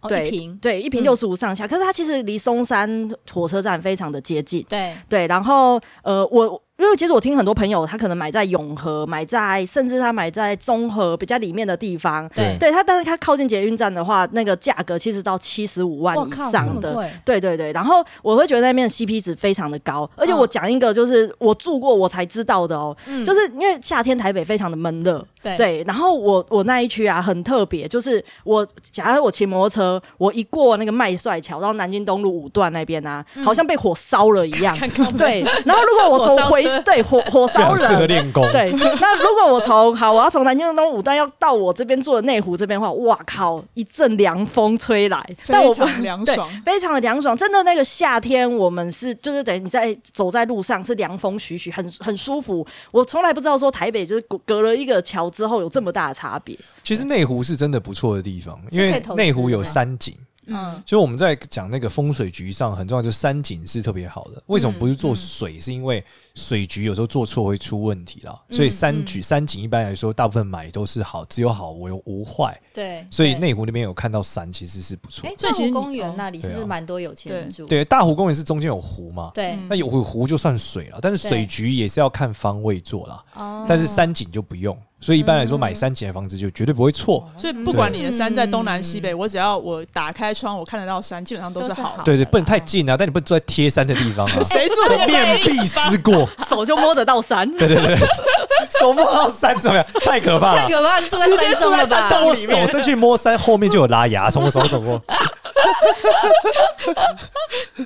[SPEAKER 2] 哦
[SPEAKER 4] 对
[SPEAKER 2] 一平，
[SPEAKER 4] 对，一平
[SPEAKER 2] 嗯
[SPEAKER 4] 六十五上下。可是它其实离松山火车站非常的接近，
[SPEAKER 2] 对，
[SPEAKER 4] 对，然后呃，我因为其实我听很多朋友，他可能买在永和，买在甚至他买在中和比较里面的地方，
[SPEAKER 2] 对
[SPEAKER 4] 对他，但是他靠近捷运站的话，那个价格其实到七十五万
[SPEAKER 2] 我
[SPEAKER 4] 以
[SPEAKER 2] 靠，这
[SPEAKER 4] 上
[SPEAKER 2] 么
[SPEAKER 4] 的。
[SPEAKER 2] 贵，
[SPEAKER 4] 对对对，然后我会觉得那边的 CP 值非常的高，而且我讲一个就是我住过我才知道的哦，
[SPEAKER 2] 嗯
[SPEAKER 4] 就是因为夏天台北非常的闷热，
[SPEAKER 2] 对
[SPEAKER 4] 对，然后我我那一区啊很特别，就是我假如我骑摩托车，我一过那个麦帅桥到南京东路五段那边啊，
[SPEAKER 2] 嗯
[SPEAKER 4] 好像被火烧 了一样，对，然后如果我
[SPEAKER 2] 火
[SPEAKER 4] 从
[SPEAKER 2] 烧
[SPEAKER 4] 回
[SPEAKER 2] 车
[SPEAKER 4] 对火火
[SPEAKER 3] 非
[SPEAKER 4] 烧
[SPEAKER 3] 常适合
[SPEAKER 4] 人。
[SPEAKER 3] 练功，
[SPEAKER 4] 对，那如果我从好，我要从南京东路五段要到我这边住的内湖这边的话，哇靠，一阵凉风吹来，但
[SPEAKER 1] 非
[SPEAKER 4] 我不
[SPEAKER 1] 常凉爽。
[SPEAKER 4] 非常的凉爽，真的那个夏天，我们是就是等于你在走在路上是凉风徐徐，很很舒服。我从来不知道说台北就是隔隔了一个桥之后有这么大的差别。
[SPEAKER 3] 其实内湖是真的不错的地方，因
[SPEAKER 2] 是可
[SPEAKER 3] 为
[SPEAKER 2] 以投资
[SPEAKER 3] 内湖
[SPEAKER 2] 的
[SPEAKER 3] 有
[SPEAKER 2] 对
[SPEAKER 3] 山景。
[SPEAKER 2] 嗯，
[SPEAKER 3] 就是我们在讲那个风水局上很重要，就是山景是特别好的。为什么
[SPEAKER 2] 嗯
[SPEAKER 3] 不是做水？是因为水局有时候做错会出问题啦。
[SPEAKER 2] 嗯
[SPEAKER 3] 所以山局、山景一般来说，大部分买都是好，只有好无无坏。
[SPEAKER 2] 对，
[SPEAKER 3] 所以
[SPEAKER 2] 对
[SPEAKER 3] 内湖那边有看到山，其实是不错
[SPEAKER 2] 哎，。
[SPEAKER 1] 所
[SPEAKER 2] 大
[SPEAKER 1] 以其实
[SPEAKER 2] 湖
[SPEAKER 1] 你
[SPEAKER 2] 公
[SPEAKER 1] 哦
[SPEAKER 2] 园那里是不
[SPEAKER 3] 对
[SPEAKER 2] 是
[SPEAKER 3] 啊
[SPEAKER 2] 蛮多有钱人住？
[SPEAKER 3] 对，大湖公园是中间有湖嘛，
[SPEAKER 2] 对，
[SPEAKER 1] 嗯
[SPEAKER 3] 那有湖湖就算水了，但是水
[SPEAKER 2] 对
[SPEAKER 3] 局也是要看方位做啦。
[SPEAKER 2] 哦嗯
[SPEAKER 3] 但是山景就不用，所以一般来说买山景的房子就绝对不会错。
[SPEAKER 1] 所以不管你的山在东南
[SPEAKER 2] 嗯
[SPEAKER 1] 西北，我只要我打开窗，我看得到山，基本上都是好的。，
[SPEAKER 3] 对对，不能太近啊，但你不能住在贴山的地方 啊
[SPEAKER 1] 谁住在
[SPEAKER 3] 面壁思过。
[SPEAKER 4] 手就摸得到 山，
[SPEAKER 3] 对对对， 手摸到山怎么样？太可怕
[SPEAKER 2] 太
[SPEAKER 3] 了！
[SPEAKER 2] 可怕，是住在山中
[SPEAKER 3] 在
[SPEAKER 2] 了
[SPEAKER 3] 山
[SPEAKER 2] 吧？
[SPEAKER 3] 洞，我手伸去摸山，后面就有拉牙从我手走过，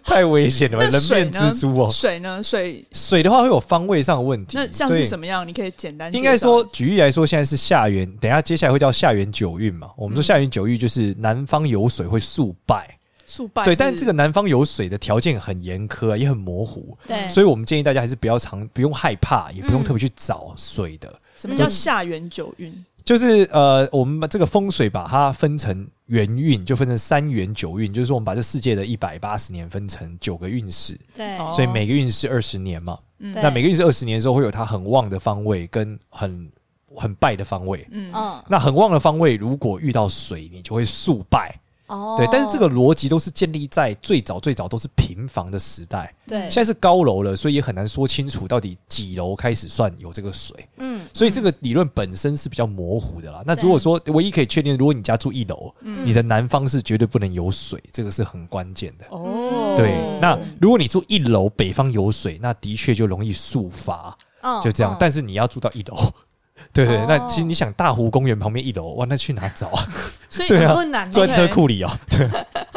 [SPEAKER 3] 太危险了吧！
[SPEAKER 1] 那
[SPEAKER 3] 人
[SPEAKER 1] 水
[SPEAKER 3] 面
[SPEAKER 1] 呢？
[SPEAKER 3] 蜘蛛哦，
[SPEAKER 1] 水呢？水
[SPEAKER 3] 水的话会有方位上的问题，
[SPEAKER 1] 那像
[SPEAKER 3] 所以
[SPEAKER 1] 是什么样？你可以简单介
[SPEAKER 3] 应该
[SPEAKER 1] 绍
[SPEAKER 3] 说
[SPEAKER 1] 一，下
[SPEAKER 3] 举例来说，现在是下元，等一下接下来会叫下元九运
[SPEAKER 1] 嗯
[SPEAKER 3] 嘛。我们说下元九运就是南方有水会速败，
[SPEAKER 1] 速败
[SPEAKER 3] 对，
[SPEAKER 1] 是
[SPEAKER 3] 但这个南方有水的条件很严苛啊，也很模糊，
[SPEAKER 1] 嗯
[SPEAKER 2] 对，
[SPEAKER 3] 所
[SPEAKER 2] 以
[SPEAKER 3] 以我们建议大家还是不要常不用害怕，也不用
[SPEAKER 2] 嗯
[SPEAKER 3] 特别去找水的。
[SPEAKER 1] 什么叫下元九运？
[SPEAKER 3] 就是呃，我们把这个风水把它分成元运，就分成三元九运，就是说我们把这世界的一百八十年分成九个运势，
[SPEAKER 2] 对
[SPEAKER 1] 哦
[SPEAKER 3] 所以每个运势二十年嘛。
[SPEAKER 1] 嗯
[SPEAKER 2] 对
[SPEAKER 3] 那每个运势二十年的时候，会有它很旺的方位跟很很败的方位。
[SPEAKER 1] 嗯，
[SPEAKER 2] 嗯
[SPEAKER 3] 那很旺的方位，如果遇到水，你就会速败。
[SPEAKER 2] 哦，
[SPEAKER 3] 对，但是这个逻辑都是建立在最早最早都是平房的时代，
[SPEAKER 2] 对，
[SPEAKER 3] 现在是高楼了，所以也很难说清楚到底几楼开始算有这个水。
[SPEAKER 2] 嗯
[SPEAKER 3] 所以这个理论本身是比较模糊的啦。那如果说唯一可以确定，如果你家住一楼，
[SPEAKER 2] 嗯
[SPEAKER 3] 你的南方是绝对不能有水，这个是很关键的。
[SPEAKER 1] 哦，
[SPEAKER 3] 对，那如果你住一楼，北方有水，那的确就容易速发，
[SPEAKER 2] 嗯
[SPEAKER 3] 就这样。
[SPEAKER 2] 嗯
[SPEAKER 3] 但是你要住到一楼， 对对
[SPEAKER 2] 哦
[SPEAKER 3] 那其实你想大湖公园旁边一楼，哇，那去哪找啊？
[SPEAKER 2] 所以
[SPEAKER 3] 对啊
[SPEAKER 2] 很困难
[SPEAKER 3] 住
[SPEAKER 2] 的，
[SPEAKER 3] 在车 库里哦、对，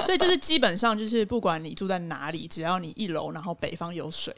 [SPEAKER 1] 所以就是基本上就是不管你住在哪里，只要你一楼，然后北方有水，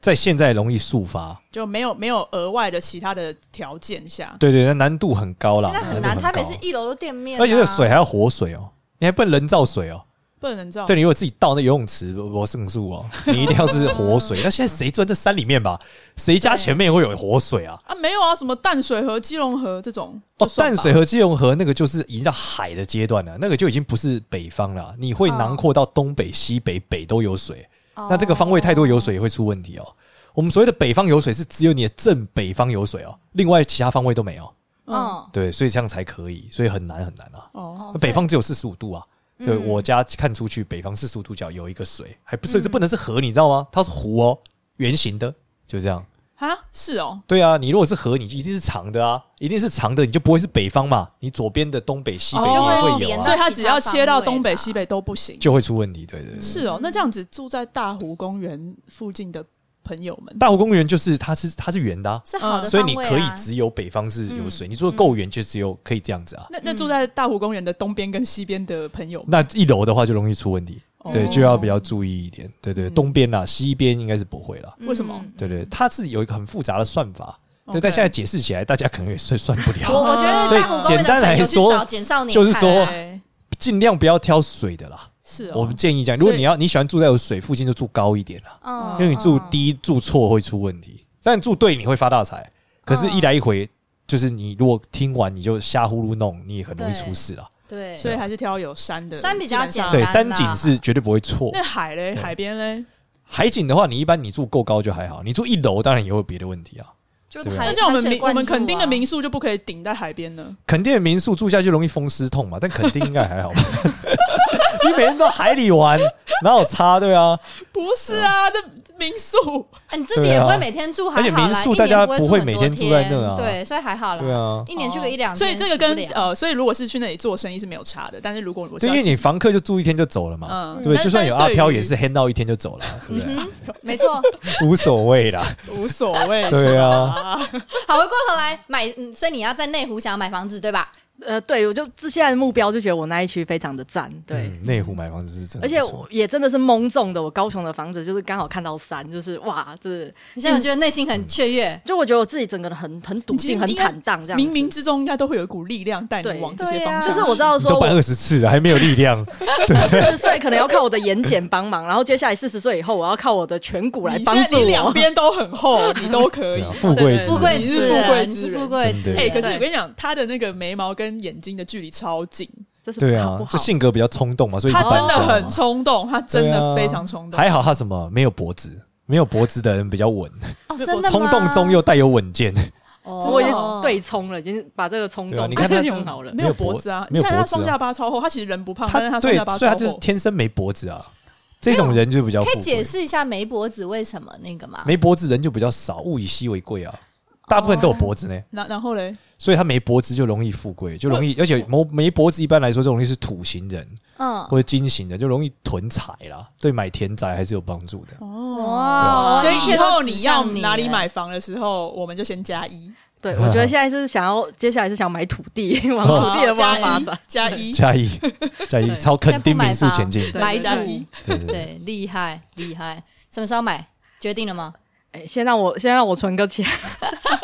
[SPEAKER 3] 在现在容易速发，
[SPEAKER 1] 就没有没有额外的其他的条件下，
[SPEAKER 3] 对对，那难度很高啦，
[SPEAKER 2] 现在很难，
[SPEAKER 3] 度
[SPEAKER 2] 台
[SPEAKER 3] 很
[SPEAKER 2] 北
[SPEAKER 3] 高
[SPEAKER 2] 是，一楼的店面啊，
[SPEAKER 3] 而且这个水还要活水哦、你还不能人造水哦、
[SPEAKER 1] 不能照
[SPEAKER 3] 对，你如果自己倒那游泳池，不不胜诉哦，你一定要是活水。那现在谁钻这山里面吧？谁家前面会有活水啊？
[SPEAKER 1] 啊，没有啊，什么淡水河、基隆河这种
[SPEAKER 3] 哦
[SPEAKER 1] 啊就，算
[SPEAKER 3] 淡
[SPEAKER 1] 吧
[SPEAKER 3] 水和基隆河那个就是已经到海的阶段了，那个就已经不是北方了，你会囊括到东北、西北、北都有水。
[SPEAKER 2] 哦
[SPEAKER 3] 啊那这个方位太多有水也会出问题哦。我们所谓的北方有水是只有你的正北方有水哦，另外其他方位都没有。
[SPEAKER 1] 嗯
[SPEAKER 2] 嗯
[SPEAKER 3] 对，所以这样才可以，所以很难很难啊。
[SPEAKER 1] 哦，
[SPEAKER 3] 北方只有四十五度啊。对、我家看出去，北方四十五度角有一个水，还不是、这不能是河，你知道吗？它是湖哦，圆形的，就这样。
[SPEAKER 1] 啊，是哦，
[SPEAKER 3] 对啊，你如果是河，你一定是长的啊，一定是长的，你就不会是北方嘛，你左边的东北西北
[SPEAKER 1] 哦
[SPEAKER 3] 一定
[SPEAKER 1] 就
[SPEAKER 2] 会
[SPEAKER 3] 会有
[SPEAKER 2] 连
[SPEAKER 3] 啊，
[SPEAKER 1] 所以
[SPEAKER 2] 到
[SPEAKER 1] 他
[SPEAKER 2] 其
[SPEAKER 1] 只
[SPEAKER 2] 他
[SPEAKER 1] 要
[SPEAKER 2] 方
[SPEAKER 1] 切到
[SPEAKER 2] 位
[SPEAKER 1] 东北
[SPEAKER 2] 啦
[SPEAKER 1] 西北都不行。
[SPEAKER 3] 就会出问题。对对对，
[SPEAKER 1] 是哦，那这样子住在大湖公园附近的朋友们，
[SPEAKER 3] 大湖公园就是它是它是圆的、啊，
[SPEAKER 2] 是好
[SPEAKER 1] 嗯
[SPEAKER 2] 的
[SPEAKER 3] 所以你
[SPEAKER 2] 方位
[SPEAKER 3] 可以
[SPEAKER 2] 啊
[SPEAKER 3] 只有北方是有水，你住的够远就只有可以这样子啊。
[SPEAKER 1] 那那住在大湖公园的东边跟西边的朋友们，
[SPEAKER 3] 那一楼的话就容易出问题，
[SPEAKER 1] 哦
[SPEAKER 3] 对，就要比较注意一点。对对，东边啦，西边应该是不会啦。
[SPEAKER 1] 为什么
[SPEAKER 2] 嗯
[SPEAKER 3] 对对，它是有一个很复杂的算法，嗯对，
[SPEAKER 1] OK
[SPEAKER 3] 但现在解释起来大家可能也算算不
[SPEAKER 2] 我
[SPEAKER 3] 了，
[SPEAKER 2] 我觉得
[SPEAKER 1] 所以
[SPEAKER 2] 大湖公园
[SPEAKER 3] 简单
[SPEAKER 2] 的
[SPEAKER 3] 来
[SPEAKER 2] 朋友去
[SPEAKER 3] 说
[SPEAKER 2] 找简少年
[SPEAKER 3] 就是
[SPEAKER 2] 看
[SPEAKER 3] 说
[SPEAKER 2] 啊
[SPEAKER 1] 对
[SPEAKER 3] 尽量不要挑水的啦。
[SPEAKER 1] 哎是
[SPEAKER 3] 我
[SPEAKER 1] 哦
[SPEAKER 3] 们，建议这样，如
[SPEAKER 1] 所
[SPEAKER 3] 果
[SPEAKER 1] 以啊
[SPEAKER 3] 你要你喜欢住在有水附近，就住高一点啦，
[SPEAKER 2] 嗯
[SPEAKER 3] 因为你住
[SPEAKER 2] 嗯
[SPEAKER 3] 低住错会出问题，但你住对你会发大财，可
[SPEAKER 1] 啊
[SPEAKER 3] 是，一来一回。就是你如果听完你就瞎呼噜弄，你也很容易出事啦。
[SPEAKER 2] 对，
[SPEAKER 1] 所以还是挑有山的，
[SPEAKER 2] 山比较
[SPEAKER 1] 基本上
[SPEAKER 2] 简
[SPEAKER 3] 对，
[SPEAKER 2] 单
[SPEAKER 3] 山
[SPEAKER 2] 啦
[SPEAKER 3] 景是绝对不会错。
[SPEAKER 1] 啊那海嘞，
[SPEAKER 3] 对
[SPEAKER 1] 海边嘞，
[SPEAKER 3] 海景的话，你一般你住够高就还好，你住一楼当然也会有别的问题啊。
[SPEAKER 2] 就
[SPEAKER 3] 对啊
[SPEAKER 2] 海
[SPEAKER 1] 那这样我们
[SPEAKER 2] 海水
[SPEAKER 1] 民我
[SPEAKER 2] 灌
[SPEAKER 1] 们
[SPEAKER 2] 注
[SPEAKER 1] 垦丁的
[SPEAKER 2] 啊
[SPEAKER 1] 民宿就不可以顶在海边呢？
[SPEAKER 3] 肯定的民宿住下去容易风湿痛嘛，但肯定应该还好吧。 你每天到海里玩，哪有差对啊？
[SPEAKER 1] 不是啊，
[SPEAKER 4] 嗯
[SPEAKER 1] 那民宿
[SPEAKER 2] 啊你自己也
[SPEAKER 3] 对啊
[SPEAKER 2] 不会每天住，还
[SPEAKER 3] 而且
[SPEAKER 2] 好啦
[SPEAKER 3] 民宿
[SPEAKER 2] 一
[SPEAKER 3] 大
[SPEAKER 2] 年
[SPEAKER 3] 家
[SPEAKER 2] 不
[SPEAKER 3] 不
[SPEAKER 2] 住
[SPEAKER 3] 会
[SPEAKER 2] 很
[SPEAKER 3] 每
[SPEAKER 2] 多
[SPEAKER 3] 天住在那啊
[SPEAKER 2] 对，所以还好啦。
[SPEAKER 3] 对，啊，
[SPEAKER 2] 一年去个一两天，
[SPEAKER 1] 哦所以这个跟
[SPEAKER 2] 受不了
[SPEAKER 1] 呃，所以如果是去那里做生意是没有差的，但是如果我是
[SPEAKER 3] 对，
[SPEAKER 1] 要
[SPEAKER 3] 因为
[SPEAKER 1] 自己
[SPEAKER 3] 你房客就住一天就走了嘛，
[SPEAKER 1] 嗯，
[SPEAKER 3] 对不对？
[SPEAKER 1] 但
[SPEAKER 3] 就算有
[SPEAKER 1] 但
[SPEAKER 3] 阿
[SPEAKER 1] 对于
[SPEAKER 3] 飘也是 hand 到一天就走了啊，对不对？
[SPEAKER 2] 嗯没错。
[SPEAKER 3] 无所 谓啦，
[SPEAKER 1] 无所谓， 是
[SPEAKER 3] 对啊
[SPEAKER 1] 吧，
[SPEAKER 2] 好，回过头来买，嗯所以你要在内湖想要买房子，对吧？
[SPEAKER 4] 呃，对我就自现在的目标就觉得我那一区非常的赞，对。
[SPEAKER 3] 嗯，内湖买房子是真的
[SPEAKER 4] 而
[SPEAKER 3] 不
[SPEAKER 4] 且
[SPEAKER 3] 错，
[SPEAKER 4] 我也真的是蒙中的，我高雄的房子就是刚好看到山，就是哇，就是
[SPEAKER 2] 你现在有觉得内心很雀
[SPEAKER 3] 嗯
[SPEAKER 2] 跃，
[SPEAKER 4] 就我觉得我自己整个人很很笃
[SPEAKER 1] 你其实
[SPEAKER 4] 定、很
[SPEAKER 1] 应该
[SPEAKER 4] 坦荡这样子。
[SPEAKER 1] 冥冥之中应该都会有一股力量带你
[SPEAKER 4] 对
[SPEAKER 1] 往这些方向。
[SPEAKER 2] 对啊
[SPEAKER 4] 就是我知道
[SPEAKER 3] 你
[SPEAKER 4] 说
[SPEAKER 3] 都办
[SPEAKER 4] 我
[SPEAKER 3] 二十次了，还没有力量，
[SPEAKER 4] 四十岁可能要靠我的眼睑帮忙，然后接下来四十岁以后我要靠我的颧骨来
[SPEAKER 1] 你
[SPEAKER 4] 帮
[SPEAKER 1] 现在
[SPEAKER 4] 助
[SPEAKER 1] 你
[SPEAKER 4] 我
[SPEAKER 1] 两。边都很厚，你都可
[SPEAKER 3] 对
[SPEAKER 1] 以
[SPEAKER 3] 啊，。富贵之
[SPEAKER 4] 对对
[SPEAKER 2] 富贵
[SPEAKER 1] 你
[SPEAKER 2] 子
[SPEAKER 1] 是富贵
[SPEAKER 2] 你
[SPEAKER 1] 之
[SPEAKER 2] 是
[SPEAKER 1] 人
[SPEAKER 2] 富贵子
[SPEAKER 3] 真的
[SPEAKER 1] 哎、
[SPEAKER 2] 人，
[SPEAKER 1] 可是
[SPEAKER 4] 对啊
[SPEAKER 1] 我跟你讲，他的那个眉毛跟眼睛的距离超近，
[SPEAKER 4] 这是
[SPEAKER 3] 对
[SPEAKER 4] 好
[SPEAKER 3] 啊
[SPEAKER 4] 不，好
[SPEAKER 3] 就性格比较冲动嘛，所以
[SPEAKER 1] 他
[SPEAKER 3] 一直搬
[SPEAKER 1] 真的
[SPEAKER 3] 家嘛
[SPEAKER 1] 很冲动，他真
[SPEAKER 3] 对
[SPEAKER 1] 的
[SPEAKER 3] 啊
[SPEAKER 1] 非常冲动。
[SPEAKER 3] 还好他什么没有脖子，没有脖子的人比较稳，
[SPEAKER 2] 哦，
[SPEAKER 1] 我
[SPEAKER 2] 真的吗
[SPEAKER 3] 冲动中又带有稳健。
[SPEAKER 2] 哦
[SPEAKER 4] 我已经对冲了，已经把这个冲
[SPEAKER 3] 对啊
[SPEAKER 4] 动
[SPEAKER 3] 你 看他
[SPEAKER 4] 用好了。
[SPEAKER 1] 没有脖子啊，
[SPEAKER 3] 没有脖
[SPEAKER 1] 你看他双
[SPEAKER 3] 没有脖子啊
[SPEAKER 1] 下巴超厚，他其实人不胖，但是
[SPEAKER 3] 他
[SPEAKER 1] 他双
[SPEAKER 3] 对，
[SPEAKER 1] 下巴
[SPEAKER 3] 所以
[SPEAKER 1] 超
[SPEAKER 3] 他就是
[SPEAKER 1] 厚。
[SPEAKER 3] 天生没脖子啊，这种人就比较
[SPEAKER 2] 可以
[SPEAKER 3] 富
[SPEAKER 2] 解
[SPEAKER 3] 贵
[SPEAKER 2] 释一下梅脖子为什么那个吗？
[SPEAKER 3] 没脖子人就比较少，物以稀为贵啊。大部分都有脖子呢，
[SPEAKER 1] 然然后嘞，
[SPEAKER 3] 所以他没脖子就容易富贵，就容易，而且没没脖子一般来说就容易是土型人
[SPEAKER 2] 嗯，
[SPEAKER 3] 或者金型人，就容易囤财啦，对买田宅还是有帮助的。
[SPEAKER 2] 哇，
[SPEAKER 1] 所以以后
[SPEAKER 2] 一
[SPEAKER 1] 你
[SPEAKER 2] 切都
[SPEAKER 1] 要
[SPEAKER 2] 哦指向你
[SPEAKER 1] 哪里
[SPEAKER 2] 了？
[SPEAKER 1] 买房的时候，我们就先加一，
[SPEAKER 4] 对，
[SPEAKER 3] 嗯
[SPEAKER 4] 我觉得现在是想要，接下来是想买土 地，往
[SPEAKER 3] 哦
[SPEAKER 4] 土地的
[SPEAKER 1] 加
[SPEAKER 4] 方发
[SPEAKER 1] 一
[SPEAKER 4] 展。
[SPEAKER 1] 加一
[SPEAKER 3] 加一加一
[SPEAKER 4] 对
[SPEAKER 3] 朝垦丁民宿前进，
[SPEAKER 4] 对
[SPEAKER 2] 买
[SPEAKER 1] 加
[SPEAKER 2] 土
[SPEAKER 1] 一，，
[SPEAKER 3] 对对对，
[SPEAKER 2] 对，厉害厉害，什么时候买？决定了吗？
[SPEAKER 4] 哎，先让我先让我存个钱，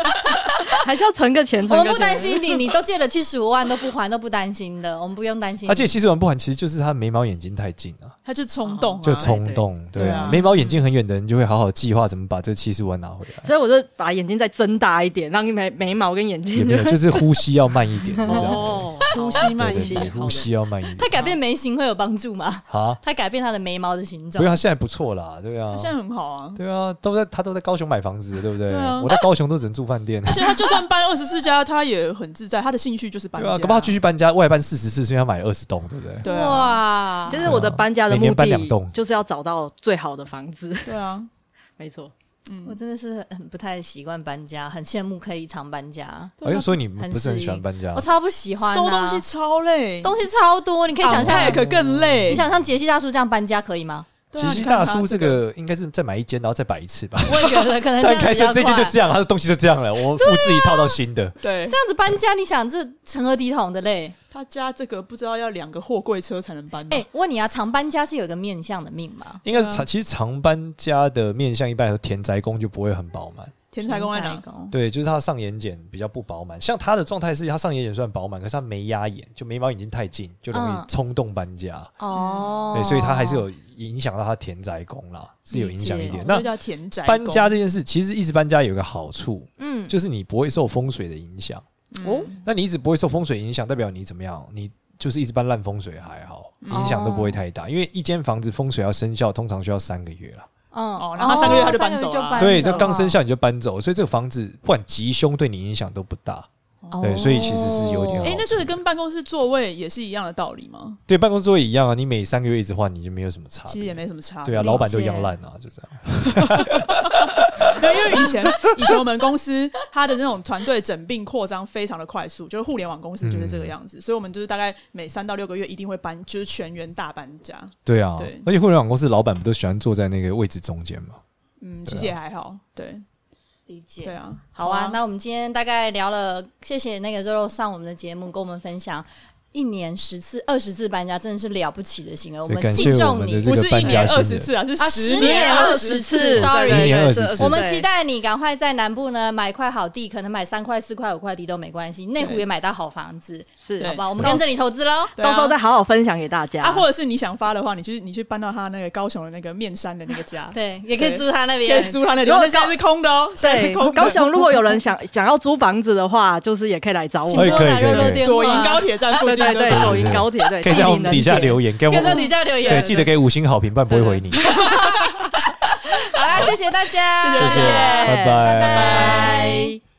[SPEAKER 4] 还是要存个钱，
[SPEAKER 2] 我
[SPEAKER 4] 存
[SPEAKER 2] 们
[SPEAKER 4] 个
[SPEAKER 2] 不担
[SPEAKER 4] 钱。
[SPEAKER 2] 心你，你都借了七十五万都不还都不担心的，我们不用担心。
[SPEAKER 3] 而且其实玩不完，其实就是他眉毛眼睛太近啊，
[SPEAKER 1] 他就冲动、啊，
[SPEAKER 3] 就冲动，
[SPEAKER 1] 对
[SPEAKER 3] 对
[SPEAKER 1] 对
[SPEAKER 3] 啊
[SPEAKER 1] 啊，
[SPEAKER 3] 眉毛眼睛很远的人就会好好计划怎么把这七十万拿回来。
[SPEAKER 4] 所以我就把眼睛再睁大一点，让眉眉毛跟 眼
[SPEAKER 3] 也
[SPEAKER 4] 睛
[SPEAKER 3] 没有，就是呼吸要慢一 点，这样。
[SPEAKER 4] 哦，
[SPEAKER 1] 呼吸
[SPEAKER 3] 对
[SPEAKER 1] 慢
[SPEAKER 3] 对
[SPEAKER 1] 一些
[SPEAKER 3] 对，。呼吸要慢一
[SPEAKER 2] 他
[SPEAKER 3] 点。
[SPEAKER 2] 改变眉形会有帮助吗？
[SPEAKER 3] 好，
[SPEAKER 2] 他改变他的眉毛的形
[SPEAKER 3] 不
[SPEAKER 2] 状
[SPEAKER 3] 啊过，他现在不错啦，对啊
[SPEAKER 1] 他，现在很好啊，
[SPEAKER 3] 对啊，都在他都在高雄买房子，对不对
[SPEAKER 1] 对啊？
[SPEAKER 3] 我在高雄都只能住饭店，
[SPEAKER 1] 而且他就算搬二十四家，他也很自在，他的兴趣就是搬
[SPEAKER 3] 对
[SPEAKER 1] 家。
[SPEAKER 3] 啊，搞不好他继续搬家，外搬四十次，所以他买了二十栋，对不对？
[SPEAKER 1] 对啊，
[SPEAKER 2] 哇，
[SPEAKER 4] 其实我的搬家的
[SPEAKER 3] 每年
[SPEAKER 4] 目
[SPEAKER 3] 搬两栋
[SPEAKER 4] 的就是要找到最好的房子，
[SPEAKER 1] 对啊，
[SPEAKER 4] 没错。
[SPEAKER 2] 我真的是很不太习惯搬家，很羡慕可以常搬家，
[SPEAKER 1] 对啊
[SPEAKER 3] 哎呦，所以你
[SPEAKER 2] 很
[SPEAKER 3] 不是很喜欢搬家
[SPEAKER 2] 我？超不喜欢啊
[SPEAKER 1] 收东西，超累，
[SPEAKER 2] 东西超多，你可以想象
[SPEAKER 1] 昂，泰可更累。
[SPEAKER 2] 你想象杰西大叔这样搬家可以吗？
[SPEAKER 1] 对啊，
[SPEAKER 3] 杰西
[SPEAKER 1] 你看
[SPEAKER 3] 大
[SPEAKER 1] 他
[SPEAKER 3] 叔这个应该是再买一间，然后再摆一次吧。
[SPEAKER 2] 我也觉得可能这
[SPEAKER 3] 但
[SPEAKER 2] 样
[SPEAKER 3] 开
[SPEAKER 2] 比
[SPEAKER 3] 车
[SPEAKER 2] 较
[SPEAKER 3] 这间就
[SPEAKER 2] 快。
[SPEAKER 3] 这样，他的东西就这样了，我复制一套到新的。
[SPEAKER 1] 对啊
[SPEAKER 2] 这样子搬家，你想这成何体统的嘞？
[SPEAKER 1] 他家这个不知道要两个货柜车才能搬
[SPEAKER 2] 哎、
[SPEAKER 1] 到。
[SPEAKER 2] 问你啊，常搬家是有一个面向的命吗？
[SPEAKER 3] 应该是
[SPEAKER 1] 对啊
[SPEAKER 3] 常，其实常搬家的面向一般来说，田宅宫就不会很饱满。
[SPEAKER 1] 天才公在
[SPEAKER 2] 田
[SPEAKER 1] 哪
[SPEAKER 2] 宅？宫
[SPEAKER 3] 对，就是他上眼睑比较不饱满。像他的状态是，他上眼睑算饱满，可是他没压眼，就眉毛眼睛太近，就容易
[SPEAKER 2] 嗯
[SPEAKER 3] 冲动搬家。
[SPEAKER 2] 哦，
[SPEAKER 3] 对，所以他还是有影响到他田宅宫啦，是有影响一点。
[SPEAKER 1] 那
[SPEAKER 3] 那
[SPEAKER 1] 叫田宅
[SPEAKER 3] 搬家
[SPEAKER 1] 宫
[SPEAKER 3] 这件事，其实一直搬家有一个好处，
[SPEAKER 2] 嗯
[SPEAKER 3] 就是你不会受风水的影响。
[SPEAKER 1] 嗯
[SPEAKER 2] 哦，
[SPEAKER 3] 那你一直不会受风水影响，代表你怎么样？你就是一直搬烂风水还好，
[SPEAKER 1] 哦
[SPEAKER 3] 影响都不会太大。因为一间房子风水要生效，通常需要三个月啦。
[SPEAKER 2] 嗯哦
[SPEAKER 1] 哦然后三个月他就搬走了啊
[SPEAKER 2] 三个月就搬
[SPEAKER 3] 对，
[SPEAKER 2] 走
[SPEAKER 3] 这刚生
[SPEAKER 2] 了
[SPEAKER 3] 效你就搬走，所以这个房子不管吉凶对你影响都不大。
[SPEAKER 2] 哦
[SPEAKER 3] 对所以其实是有一点
[SPEAKER 1] 哎、
[SPEAKER 3] 好
[SPEAKER 1] 那这个跟办公室座位也是一样的道理吗？
[SPEAKER 3] 对，办公桌也一样啊，你每三个月一直换，你就没有什么差别。
[SPEAKER 1] 其实也没什么差。
[SPEAKER 3] 对啊，
[SPEAKER 2] 理
[SPEAKER 3] 老板都一
[SPEAKER 2] 解
[SPEAKER 3] 样烂啊，就这样。
[SPEAKER 1] 没有，因为以前以前我们公司它的那种团队整并扩张非常的快速，就是互联网公司就是这个样
[SPEAKER 3] 嗯
[SPEAKER 1] 子，所以我们就是大概每三到六个月一定会搬，就是全员大搬家。
[SPEAKER 3] 对啊，
[SPEAKER 1] 对
[SPEAKER 3] 而且互联网公司老板不都喜欢坐在那个位置中间吗？啊
[SPEAKER 1] 嗯，其实也还好，对
[SPEAKER 2] 理解。
[SPEAKER 1] 对啊，
[SPEAKER 2] 好啊，那我们今天大概聊了，谢谢那个肉肉上我们的节目，跟我们分享一年十次、二十次搬家，真的是了不起的行为。我
[SPEAKER 3] 对感
[SPEAKER 2] 们
[SPEAKER 3] 谢
[SPEAKER 2] 敬
[SPEAKER 3] 我
[SPEAKER 2] 重
[SPEAKER 3] 们的
[SPEAKER 2] 你，
[SPEAKER 3] 这
[SPEAKER 1] 不
[SPEAKER 3] 个
[SPEAKER 1] 是
[SPEAKER 3] 搬
[SPEAKER 1] 一
[SPEAKER 3] 家
[SPEAKER 1] 年二
[SPEAKER 3] 新
[SPEAKER 1] 十
[SPEAKER 3] 人。
[SPEAKER 1] 次啊，是
[SPEAKER 2] 啊
[SPEAKER 1] 十
[SPEAKER 2] 十年
[SPEAKER 4] 二
[SPEAKER 2] 20次
[SPEAKER 4] 十次
[SPEAKER 2] ，sorry
[SPEAKER 3] 十年20次
[SPEAKER 2] 我们期待你赶快在南部呢买块好地，可能买三块、四块、五块地都没关系，内湖也买到好房子，
[SPEAKER 4] 是
[SPEAKER 1] 对
[SPEAKER 2] 好吧？我们跟着你投资喽。
[SPEAKER 1] 对啊
[SPEAKER 4] 到时候再好好分享给大家。
[SPEAKER 1] 啊，或者是你想发的话，你去你去搬到他那个高雄的那个面山的那个家，
[SPEAKER 2] 对，也可以租他那
[SPEAKER 1] 可以
[SPEAKER 2] 边。
[SPEAKER 1] 租他那里，
[SPEAKER 4] 如果
[SPEAKER 1] 那现在是空的哦，现在
[SPEAKER 4] 对
[SPEAKER 1] 是空的。
[SPEAKER 4] 高雄，如果有人想 想要租房子的话，就是也可以来找我
[SPEAKER 2] 请
[SPEAKER 3] 哎
[SPEAKER 4] 们。
[SPEAKER 2] 拨
[SPEAKER 3] 可以
[SPEAKER 2] 打
[SPEAKER 3] 可以
[SPEAKER 2] 肉肉
[SPEAKER 3] 可以
[SPEAKER 2] 电
[SPEAKER 1] 左
[SPEAKER 2] 话
[SPEAKER 1] 营，高铁站附
[SPEAKER 4] 对
[SPEAKER 1] 近，
[SPEAKER 4] 对对，
[SPEAKER 1] 不
[SPEAKER 4] 左营高铁对，
[SPEAKER 3] 可以在我们底下留
[SPEAKER 4] 言。
[SPEAKER 3] 言，给我
[SPEAKER 2] 跟着
[SPEAKER 3] 们
[SPEAKER 2] 底下留
[SPEAKER 3] 对，
[SPEAKER 2] 言。
[SPEAKER 3] 记得给五星好评，不然不会回你。谢谢，
[SPEAKER 2] 好啦，谢谢大家，
[SPEAKER 1] 谢谢大家
[SPEAKER 3] 拜
[SPEAKER 2] 拜
[SPEAKER 4] 拜拜。